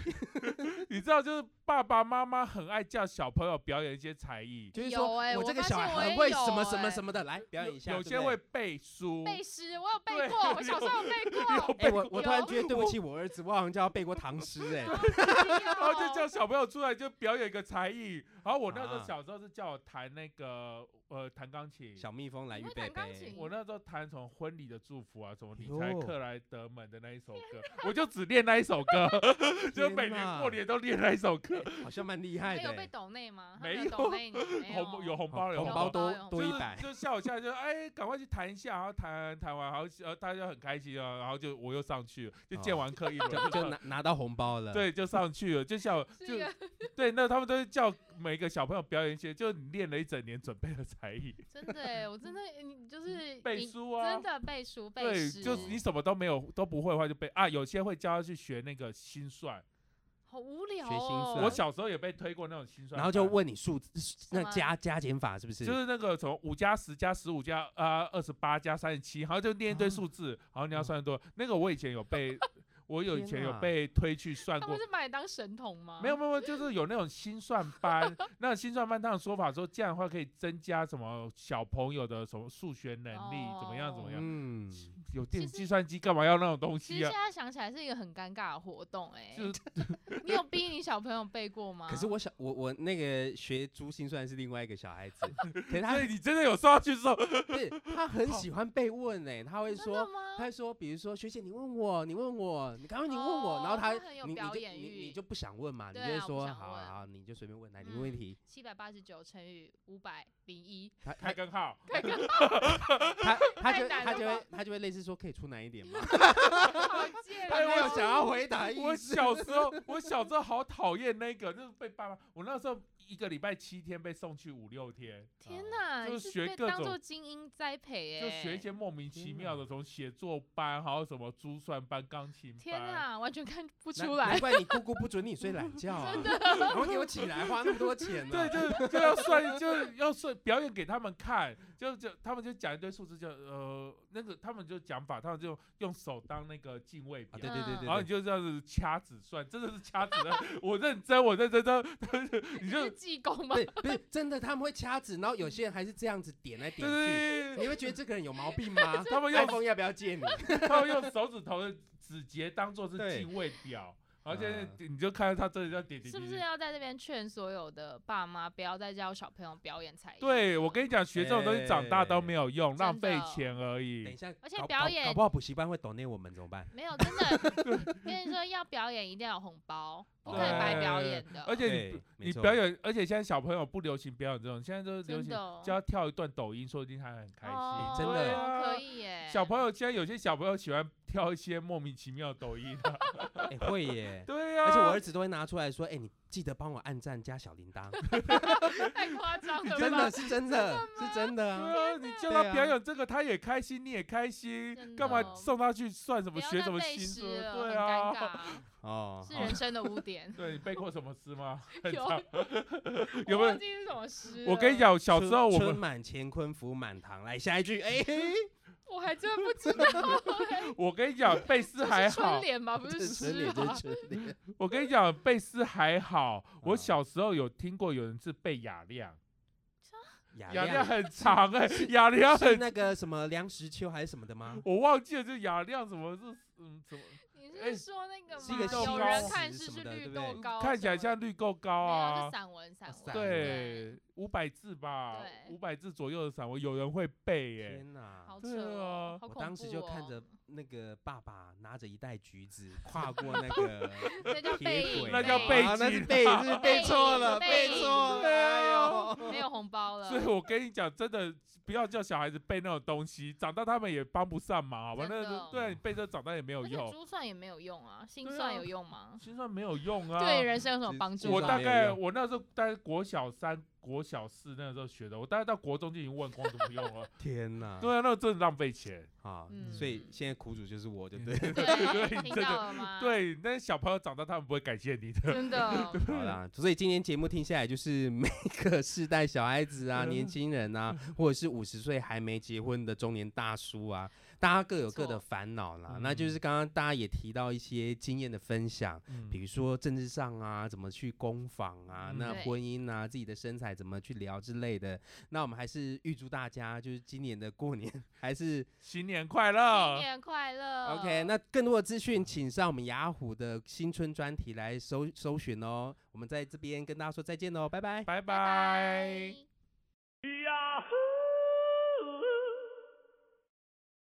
Speaker 4: 你知道就是爸爸妈妈很爱叫小朋友表演一些才艺，
Speaker 1: 就是
Speaker 3: 有
Speaker 1: 说
Speaker 3: 欸
Speaker 1: 我
Speaker 3: 我
Speaker 1: 这个
Speaker 3: 发
Speaker 1: 小
Speaker 3: 现
Speaker 1: 孩
Speaker 3: 我
Speaker 1: 很
Speaker 3: 也
Speaker 1: 会什
Speaker 3: 有
Speaker 1: 么什么
Speaker 3: 欸
Speaker 1: 什么的，来表演一下。
Speaker 4: 有
Speaker 1: 对
Speaker 4: 些
Speaker 1: 不对
Speaker 4: 会背书，
Speaker 3: 背诗，我有背
Speaker 4: 对
Speaker 3: 过，我小时候有背过。
Speaker 1: 哎、我我
Speaker 3: 有
Speaker 1: 突然觉得对不 起我儿子，我好像叫他背过唐诗哎、
Speaker 4: 然后就叫小朋友出来就表演一个才艺，然后我那时候
Speaker 1: 啊
Speaker 4: 小时候是叫我弹那个呃弹钢琴，
Speaker 1: 小蜜蜂来
Speaker 3: 你
Speaker 1: 预
Speaker 3: 会
Speaker 1: 备
Speaker 3: 弹钢
Speaker 1: 呗
Speaker 3: 琴。
Speaker 4: 我那时候弹什么婚礼的祝福啊，什么理
Speaker 1: 哎
Speaker 4: 财
Speaker 1: 呦
Speaker 4: 克莱德门的那一首 歌，我就只练那一首歌， 就
Speaker 1: 天
Speaker 4: 每年
Speaker 1: 哪
Speaker 4: 过年都练那一首歌。
Speaker 1: 好像蛮厉害
Speaker 3: 哎
Speaker 1: 的、
Speaker 3: 有被
Speaker 1: 欸。
Speaker 3: 抖内吗？
Speaker 4: 没 有
Speaker 3: 抖内你，没
Speaker 4: 红有红包
Speaker 1: 红
Speaker 3: 有
Speaker 1: 包
Speaker 3: 哦红包
Speaker 1: 多
Speaker 3: 有
Speaker 1: 多
Speaker 4: 就
Speaker 1: 一
Speaker 4: 是
Speaker 1: 百，
Speaker 4: 就下午下来就哎，赶快去弹一下，然后弹弹完，然后呃大家就很开心啊，然后就我又上去了，就见
Speaker 1: 哦
Speaker 4: 完课一 轮
Speaker 1: 就
Speaker 4: 就
Speaker 1: 就
Speaker 4: 上
Speaker 1: 拿拿到红包了。，
Speaker 4: 对，就上去了，就下午
Speaker 3: 是
Speaker 4: 就
Speaker 3: 一个
Speaker 4: 对，那他们都是叫每个小朋友表演一些，就你练了一整年准备的才 艺，
Speaker 3: 真的哎，我真的你就是
Speaker 4: 嗯背
Speaker 3: 你
Speaker 4: 书啊
Speaker 3: 真，的背书背
Speaker 4: 对，
Speaker 3: 诗，
Speaker 4: 就是你什么都没有都不会的话就背啊，有些会教他去学那个心算，
Speaker 3: 好无聊
Speaker 1: 学心
Speaker 3: 哦。
Speaker 1: 算
Speaker 4: 我小时候也被推过那种心算班，
Speaker 1: 然后就问你数字，那
Speaker 3: 么
Speaker 1: 加加减法是不是？
Speaker 4: 就是那个什么五加十加十五加啊二十八加三十七，然后就念一
Speaker 1: 啊
Speaker 4: 堆数字，然后你要算多。那个我以前有 被，我有以
Speaker 1: 嗯天
Speaker 4: 前有
Speaker 1: 哪
Speaker 4: 被推去算
Speaker 3: 他
Speaker 4: 过
Speaker 3: 们，是把你当神童吗？
Speaker 4: 没有，没有，没有就是有那种心算班， 那心算班他的说法说这样的话可以增加什么小朋友的什么数学能力，怎么样怎么样。
Speaker 1: 嗯，
Speaker 4: 有电
Speaker 3: 其
Speaker 4: 子
Speaker 3: 实
Speaker 4: 计算机干嘛要那种东
Speaker 3: 其实
Speaker 4: 西
Speaker 3: 现
Speaker 4: 啊？
Speaker 3: 在想起来是一个很尴尬的活动哎。
Speaker 4: 就是
Speaker 3: 你有逼你小朋友背过吗？
Speaker 1: 可是我小我我那个学珠心算是另外一个小孩子，可是他
Speaker 4: 所以你真的有刷去之后，
Speaker 1: 不是他很喜欢被问哎、他会
Speaker 3: 真
Speaker 1: 说。
Speaker 3: 的吗
Speaker 1: 他？会说，比如说学姐，你问我，你问我，你刚刚你问我，然后
Speaker 3: 哦
Speaker 1: 他
Speaker 3: 他很
Speaker 1: 你
Speaker 3: 有
Speaker 1: 你
Speaker 3: 表
Speaker 1: 就
Speaker 3: 演
Speaker 1: 你你
Speaker 3: 欲
Speaker 1: 就不想问嘛，你
Speaker 3: 对
Speaker 1: 就
Speaker 3: 啊
Speaker 1: 会
Speaker 3: 我不
Speaker 1: 说
Speaker 3: 想
Speaker 1: 好
Speaker 3: 问
Speaker 1: 好，好你就随便问来，你问问
Speaker 3: 嗯
Speaker 1: 题，
Speaker 3: 七百八十九乘以五百零 一，
Speaker 1: 他他
Speaker 4: 开 根号，
Speaker 1: 他他
Speaker 3: 太
Speaker 1: 就
Speaker 3: 难
Speaker 1: 他
Speaker 3: 了
Speaker 1: 就会
Speaker 3: 吧
Speaker 1: 他就会类似说可以出难一点吗？
Speaker 3: 好贱
Speaker 1: 他
Speaker 4: 哎
Speaker 1: 没
Speaker 4: 我
Speaker 1: 有
Speaker 3: 哦！
Speaker 1: 想要回答
Speaker 4: 我
Speaker 1: 意思。
Speaker 4: 小时候，我小时候好讨厌那个，就是被爸妈。我那时候一个礼拜七天被送去五六天，
Speaker 3: 天哪，
Speaker 4: 啊就
Speaker 3: 你
Speaker 4: 是
Speaker 3: 是
Speaker 4: 学
Speaker 3: 被
Speaker 4: 各
Speaker 3: 当
Speaker 4: 种
Speaker 3: 做精英栽培哎，
Speaker 4: 就学一些莫名其
Speaker 1: 天
Speaker 4: 妙
Speaker 1: 哪
Speaker 4: 的，从写作班，还有什么珠算班、钢琴
Speaker 3: 天
Speaker 4: 班。
Speaker 3: 啊，完全看不
Speaker 1: 难
Speaker 3: 出来
Speaker 1: 难。怪你姑姑不准你睡懒觉、 啊，真的，然后给我起来花那么多钱呢、
Speaker 4: 对，就就要算，就要算表演给他们看，就就他们就讲一堆数字，就呃那个他们就讲法，他们就用手当那个进位
Speaker 1: 啊
Speaker 4: 表，
Speaker 1: 对对对
Speaker 3: 嗯
Speaker 1: 对
Speaker 4: 然后
Speaker 1: 对
Speaker 4: 你就这样子掐指算，真的是掐指的，我认真，我认真，真的你就是
Speaker 3: 济公吗？
Speaker 1: 对，不是真的，他们会掐指，然后有些人还是这样子点来点去，
Speaker 4: 对，
Speaker 1: 你会觉得这个人有毛病 吗
Speaker 4: 他们用
Speaker 1: ？iPhone 要不要 借你？
Speaker 4: 他们用手指头的指节当做是
Speaker 1: 对
Speaker 4: 进位表，然后现在
Speaker 1: 啊
Speaker 4: 你就看到他真的在点点
Speaker 3: 是
Speaker 4: 点
Speaker 3: 不
Speaker 4: 点
Speaker 3: 是要在这边劝所有的爸妈不要再教小朋友表演才艺？
Speaker 4: 对，我跟你讲，学这种东西长大都没有用，
Speaker 3: 哎真的
Speaker 4: 浪费钱而
Speaker 1: 等一
Speaker 4: 已。
Speaker 1: 下，
Speaker 3: 而且
Speaker 1: 搞
Speaker 3: 表演
Speaker 1: 搞搞不好补习班会懂内我们怎么办？
Speaker 3: 没有真的，跟你说要表演一定要有红包，不可以白表演的。
Speaker 4: 而且
Speaker 1: 对
Speaker 4: 你
Speaker 1: 没
Speaker 4: 你
Speaker 1: 错
Speaker 4: 表演，而且现在小朋友不流行表演这种，现在都流
Speaker 3: 真
Speaker 4: 行
Speaker 3: 的哦
Speaker 4: 就要跳一段抖音，说不定他很开心。
Speaker 3: 哦
Speaker 1: 真的
Speaker 4: 对
Speaker 3: 哦
Speaker 4: 啊
Speaker 3: 可以耶，
Speaker 4: 小朋友现在有些小朋友喜欢跳一些莫名其妙的抖音、 啊，
Speaker 1: 哎、会耶。
Speaker 4: 对啊呀、
Speaker 1: 而且我儿子都会拿出来说：“哎、你记得帮我按赞加小铃 铛。
Speaker 3: 太夸张了 吧，
Speaker 1: 真的是真的，是真的
Speaker 4: 对
Speaker 1: 啊。
Speaker 4: 啊，你叫
Speaker 1: 对
Speaker 4: 他
Speaker 1: 啊
Speaker 4: 表演这个，他也开心，你也开
Speaker 3: 真
Speaker 4: 心，
Speaker 3: 的
Speaker 4: 干嘛
Speaker 3: 哦
Speaker 4: 送他去算什
Speaker 3: 不
Speaker 4: 么
Speaker 3: 要
Speaker 4: 学
Speaker 3: 再
Speaker 4: 什么
Speaker 3: 背
Speaker 4: 新
Speaker 3: 诗
Speaker 4: 书？
Speaker 3: 了
Speaker 4: 对
Speaker 3: 很尴
Speaker 4: 啊，
Speaker 3: 尬，
Speaker 1: 哦，
Speaker 3: 是
Speaker 1: 好
Speaker 3: 人生的污
Speaker 4: 。
Speaker 3: 点
Speaker 4: 对你背过什么诗吗？ 很
Speaker 3: 有
Speaker 4: 长，有
Speaker 3: 我忘
Speaker 4: 没 有？
Speaker 3: 记是什么诗了？
Speaker 4: 我跟你讲，小
Speaker 1: 春
Speaker 4: 时候我
Speaker 1: 春
Speaker 4: 们
Speaker 1: 满乾坤福满堂，来下一句。哎、嘿
Speaker 3: 我还真不知道欸。
Speaker 4: 我跟你讲，背诗 还
Speaker 3: 这是春
Speaker 4: 好，
Speaker 3: 联吗？不
Speaker 1: 这
Speaker 3: 是
Speaker 1: 春
Speaker 3: 诗啊
Speaker 1: 联，
Speaker 3: 吧
Speaker 4: 啊
Speaker 1: 这？春联。
Speaker 4: 我跟你讲，背诗还好。我
Speaker 1: 啊
Speaker 4: 小时候有听过有人是背雅量，
Speaker 1: 雅
Speaker 4: 雅
Speaker 1: 亮
Speaker 4: 量很长哎，雅量
Speaker 1: 是
Speaker 4: 很，
Speaker 1: 那个什么梁实秋还是什么的吗？
Speaker 4: 我忘记了，就雅量什么是嗯怎么，
Speaker 3: 你
Speaker 4: 哎
Speaker 3: 是说那个
Speaker 1: 是一个
Speaker 3: 吗？有
Speaker 4: 豆
Speaker 3: 人
Speaker 4: 糕
Speaker 3: 看
Speaker 1: 石
Speaker 3: 是
Speaker 1: 什
Speaker 3: 是
Speaker 1: 么的
Speaker 3: 绿
Speaker 1: 对不
Speaker 3: 豆
Speaker 1: 对
Speaker 3: 糕什么的，
Speaker 4: 嗯看起来像绿豆糕
Speaker 3: 没有
Speaker 4: 啊
Speaker 3: 是。散文，散文。
Speaker 1: 散文
Speaker 4: 对，五百字吧，
Speaker 3: 对
Speaker 4: 五百字左右的散文，有人会背耶、
Speaker 1: 天哪！
Speaker 3: 好扯
Speaker 4: 对
Speaker 3: 哦
Speaker 4: 啊，
Speaker 3: 好
Speaker 1: 我
Speaker 3: 恐
Speaker 1: 当时
Speaker 3: 怖
Speaker 1: 就看
Speaker 3: 哦
Speaker 1: 着，那个爸爸拿着一袋橘子跨过那个
Speaker 3: 那叫
Speaker 1: 铁
Speaker 3: 背影，
Speaker 1: 轨，
Speaker 4: 那叫
Speaker 3: 影
Speaker 4: 背
Speaker 1: 啊那
Speaker 4: 景
Speaker 1: 是背，是
Speaker 3: 背
Speaker 1: 背错
Speaker 3: 影
Speaker 1: 了，
Speaker 3: 背
Speaker 1: 背
Speaker 3: 影
Speaker 1: 错了，
Speaker 4: 对
Speaker 1: 哎
Speaker 4: 啊
Speaker 1: 呦，
Speaker 3: 没有红包了。
Speaker 4: 所以我跟你讲，真的不要叫小孩子背那种东西，长大他们也帮不上忙，好吧？
Speaker 3: 真
Speaker 4: 那
Speaker 3: 的哦
Speaker 4: 个对啊，你背这长大也没有
Speaker 3: 而且
Speaker 4: 用，
Speaker 3: 珠算也没有用啊，心
Speaker 4: 对啊
Speaker 3: 算有用吗？
Speaker 4: 心算没有用啊。
Speaker 3: 对人生有什么
Speaker 1: 其
Speaker 3: 帮
Speaker 1: 实
Speaker 3: 助
Speaker 4: 我
Speaker 1: 心算
Speaker 4: 大
Speaker 1: 没
Speaker 3: 吗？
Speaker 1: 有
Speaker 4: 概
Speaker 1: 用
Speaker 4: 我那时候大概国小三、国小四那时候学的，我大概到国中就已经忘光怎么用 了。
Speaker 1: 天哪！
Speaker 4: 对啊，那个真的浪费钱。
Speaker 1: 好
Speaker 3: 嗯，
Speaker 1: 所以现在苦主就是我，就对了。
Speaker 4: 对
Speaker 3: 对，啊听
Speaker 4: 真的
Speaker 3: 到了吗？，
Speaker 4: 对，那些小朋友长大他们不会感谢你的。
Speaker 3: 真 的。
Speaker 1: 好
Speaker 4: 嗯
Speaker 1: 啦，所以今天节目听下来，就是每个世代小孩子 啊、
Speaker 4: 嗯
Speaker 1: 年轻人啊，或者是五十岁还没结婚的中年大叔啊，大家各有各的
Speaker 3: 没错
Speaker 1: 烦恼啦。
Speaker 4: 嗯
Speaker 1: 那就是刚刚大家也提到一些经验的分享，
Speaker 4: 嗯
Speaker 1: 比如说政治上啊，怎么去攻防啊，
Speaker 4: 嗯
Speaker 1: 那
Speaker 3: 对
Speaker 1: 婚姻啊，自己的身材怎么去聊之类的。那我们还是预祝大家，就是今年的过年 还是
Speaker 4: 新年快
Speaker 3: 新
Speaker 4: 乐！
Speaker 3: 年快乐
Speaker 1: OK。那更多的资讯，请上我们雅虎的新春专题来搜搜寻哦。我们在这边跟大家说再见喽，拜拜。
Speaker 4: 拜
Speaker 3: 拜拜。
Speaker 4: 呀呼！